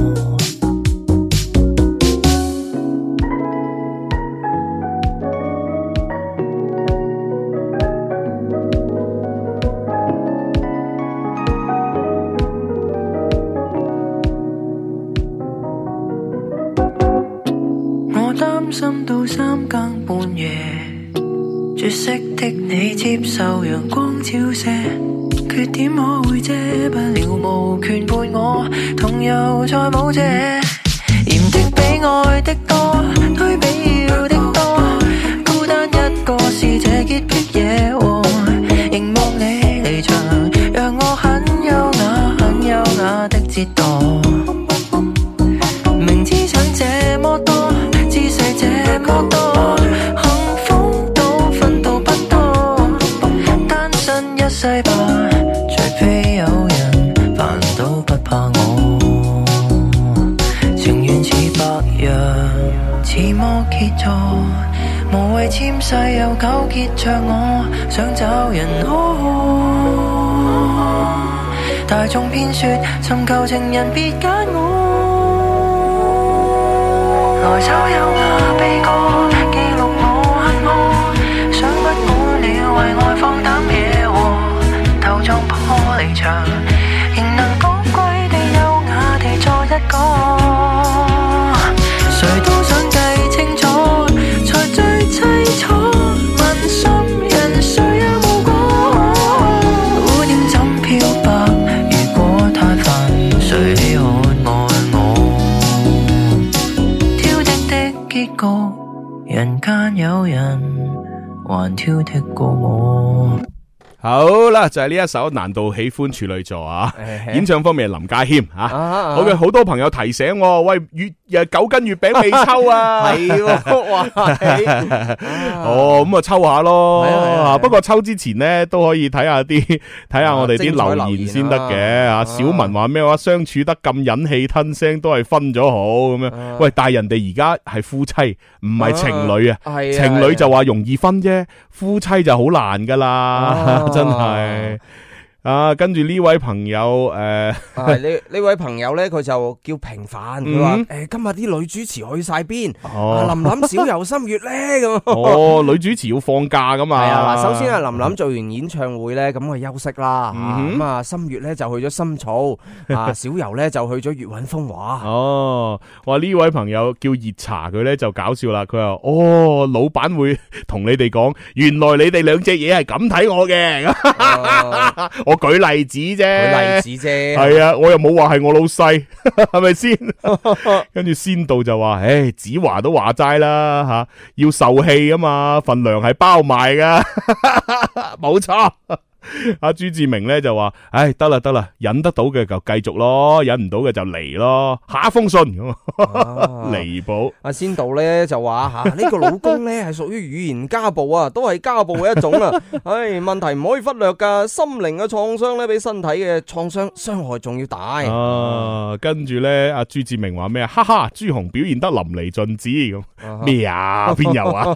Speaker 8: 我擔心到三更半夜。絕色的你接受陽光照射，缺點我會遮，不了無權伴我，同又再冇謝。嫌的比愛的多，推比要的多，孤單一個是這潔癖惹禍。凝望你離場，讓我很優雅、很優雅的折墮。明知想這麼多，姿勢這麼多，幸福都分到不多。單身一世吧，除非有人煩都不怕我。情願似白羊，似摩羯座，無謂纖細又糾結着我，想找人呵護。大眾偏說尋求情人別揀我，來首優雅悲歌記錄我恨我，想不滿了為愛放膽惹禍，頭撞破離牆，仍能高貴地優雅地作一個。誰都想計清楚，才最凄楚。問心人誰也無果，污點怎漂白？如果太煩，誰稀罕愛我？挑剔的結局，人間有人還挑剔過我。
Speaker 1: 好啦，就係呢一首難道喜歡處女座啊？演唱方面係林家謙吓，好嘅，好多朋友提醒我，喂，月誒九斤月餅未抽啊，
Speaker 2: 系喎，哇！
Speaker 1: 哦，咁啊抽下咯，
Speaker 2: 係啊係啊係啊
Speaker 1: 不過抽之前呢，都可以睇下啲睇下我哋啲
Speaker 2: 啊精彩
Speaker 1: 留
Speaker 2: 留
Speaker 1: 言
Speaker 2: 言
Speaker 1: 先得嘅
Speaker 2: 啊
Speaker 1: 啊。小文話咩話相處得咁忍氣吞聲，都係分咗好咁
Speaker 2: 啊
Speaker 1: 樣。喂，但係人哋而家係夫妻，唔係情侶啊。
Speaker 2: 係啊
Speaker 1: 情侶就話容易分啫，夫妻就好難噶啦，
Speaker 2: 啊
Speaker 1: 真係啊！跟住呢位朋友诶，
Speaker 2: 啊呢呢位朋友咧，佢就叫平凡，佢話
Speaker 1: 嗯
Speaker 2: 诶今日啲女主持去晒邊？啊
Speaker 1: 哦
Speaker 2: 琳琳小游心月咧咁。
Speaker 1: 哦，女主持要放假噶嘛？
Speaker 2: 系啊，嗱，首先啊，琳琳做完演唱會咧，咁佢休息啦，
Speaker 1: 嗯哼
Speaker 2: 咁啊，心月咧就去咗深造，啊，小游咧就去咗粵韻風
Speaker 1: Ờ.
Speaker 2: 華，
Speaker 1: 哦，哇！呢位朋友叫熱茶，佢咧就搞笑啦。佢話：哦，老闆會同你哋講，原來你哋兩隻嘢係咁睇我嘅。
Speaker 2: Ờ,
Speaker 1: 我舉例子啫，
Speaker 2: 舉例子啫，
Speaker 1: 系啊，我又冇話係我老細， 係咪 先？跟住先到就話：，唉，子華都話齋啦，吓、要受氣啊嘛，份糧係包埋噶， 冇錯。阿朱志明咧就話：，唉，得啦得啦，忍得到嘅就繼續咯，忍唔到嘅就嚟咯，下一封信咁
Speaker 2: 啊
Speaker 1: 離譜。
Speaker 2: 阿仙道咧就話吓呢個老公咧係屬於語言家暴啊，都係家暴嘅一種啊。唉，問題唔可以忽略噶，心靈嘅創傷咧比身體嘅創傷傷害仲要大。
Speaker 1: Ờ. 啊，跟住咧，阿朱志明話咩？哈哈，朱紅表現得淋漓盡致
Speaker 2: Ờ.
Speaker 1: 咁咩 啊？邊有啊？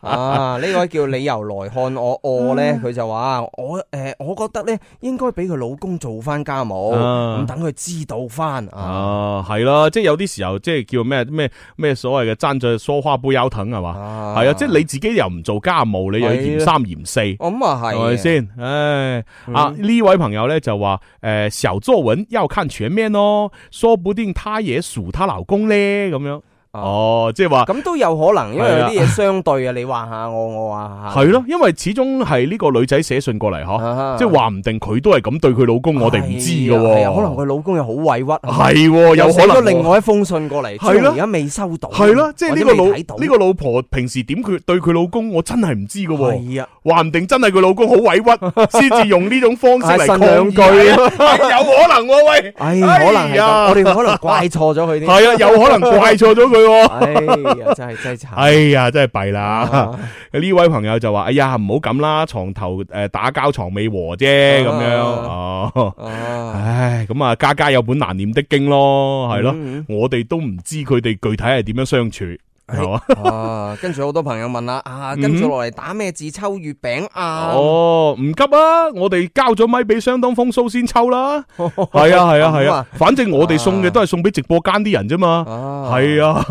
Speaker 2: 啊，呢位叫理由來 看我餓咧，佢就話我诶，我覺得咧應該俾佢老公做翻家務，
Speaker 1: 啊
Speaker 2: 咁等佢知道翻啊。
Speaker 1: 啊，系啦，即系有啲时候，即系叫咩咩咩所谓嘅爭在梳花杯腰疼系嘛，
Speaker 2: 啊
Speaker 1: 系啊，即系你自己又唔做家務，你又要嫌三嫌四，係
Speaker 2: 我咁啊嗯係
Speaker 1: 咪先？唉，啊呢位朋友咧就話诶，小作文要看全面咯，說不定他也數他老公咧咁樣。
Speaker 2: 啊
Speaker 1: 哦，即係話
Speaker 2: 咁都有可能，因為
Speaker 1: 係
Speaker 2: 有
Speaker 1: 啊
Speaker 2: 啲嘢相對啊，你話下我，我話下。
Speaker 1: 係咯，因為始終係呢個女仔寫信過嚟嗬，
Speaker 2: 啊
Speaker 1: 即係話唔定佢都係咁對佢老公，我哋唔知㗎喎，
Speaker 2: 係啊可能佢老公又好委屈啊。
Speaker 1: 係喎，有
Speaker 2: 寫
Speaker 1: 可能
Speaker 2: 咗
Speaker 1: 喎
Speaker 2: 另外一封信過嚟，
Speaker 1: 係咯
Speaker 2: 朱紅而家未收到，
Speaker 1: 系啦，即系呢
Speaker 2: 或
Speaker 1: 个
Speaker 2: 者
Speaker 1: 老
Speaker 2: 未睇到
Speaker 1: 呢个老婆平时点佢对佢老公，我真系唔知噶，
Speaker 2: 係啊，
Speaker 1: 话唔定真系佢老公好委 屈，先至用呢种方式嚟
Speaker 2: 係
Speaker 1: 抗
Speaker 2: 呻兩句
Speaker 1: 議 係有可能喎喂，哎
Speaker 2: 唉，可能係咁，
Speaker 1: 呀
Speaker 2: 我哋可能怪錯咗佢
Speaker 1: 系
Speaker 2: 啲，
Speaker 1: 啊，有可能怪错咗佢喎。
Speaker 2: 哎呀，真係真係慘
Speaker 1: 哎呀，真系弊
Speaker 2: 啊
Speaker 1: 啦！呢位朋友就话：哎呀，唔好咁啦，床头诶打交床尾和啫，咁样哦。
Speaker 2: 啊！
Speaker 1: 唉，咁啊，家家有本难念的经咯，系咯
Speaker 2: 嗯，
Speaker 1: 我哋都唔知佢哋具体系点样相处，系嘛？
Speaker 2: 啊，跟住好多朋友問啦，啊，跟住落嚟打咩字抽月餅啊？
Speaker 1: 嗯哦，唔急啊！我哋交咗咪俾相當風騷先抽 啦。係啊，係啊，係
Speaker 2: 咁
Speaker 1: 啊
Speaker 2: 啊。
Speaker 1: 反正我哋送嘅都係送俾直播間啲人啫嘛。
Speaker 2: 啊，
Speaker 1: 係啊，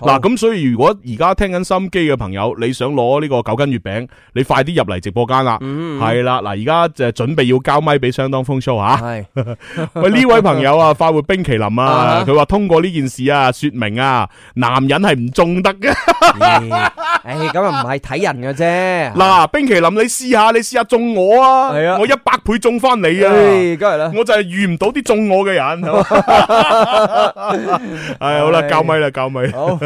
Speaker 1: 嗱
Speaker 2: 好
Speaker 1: 咁所以如果而家聽緊心機嘅朋友，你想攞呢個九斤月餅，你快啲入嚟直播間啦。係啦，嗱，而家就準備要交咪俾相當風騷吓。
Speaker 2: 係
Speaker 1: 喂，呢位朋友啊，快活冰淇淋啊
Speaker 2: 啊，
Speaker 1: 佢話通過呢件事啊，說明啊，男人係唔縱仲得嘅。
Speaker 2: 唉，咁啊唔係睇人嘅啫。
Speaker 1: 嗱，冰淇淋你試下，你試下中我啊，
Speaker 2: 係啊
Speaker 1: 我一百倍中翻你啊！
Speaker 2: 唉，梗係啦。
Speaker 1: 我就係遇唔到啲 中我嘅人，係嘛係好啦，
Speaker 2: 唉
Speaker 1: 教咪啦，教咪。
Speaker 2: 好。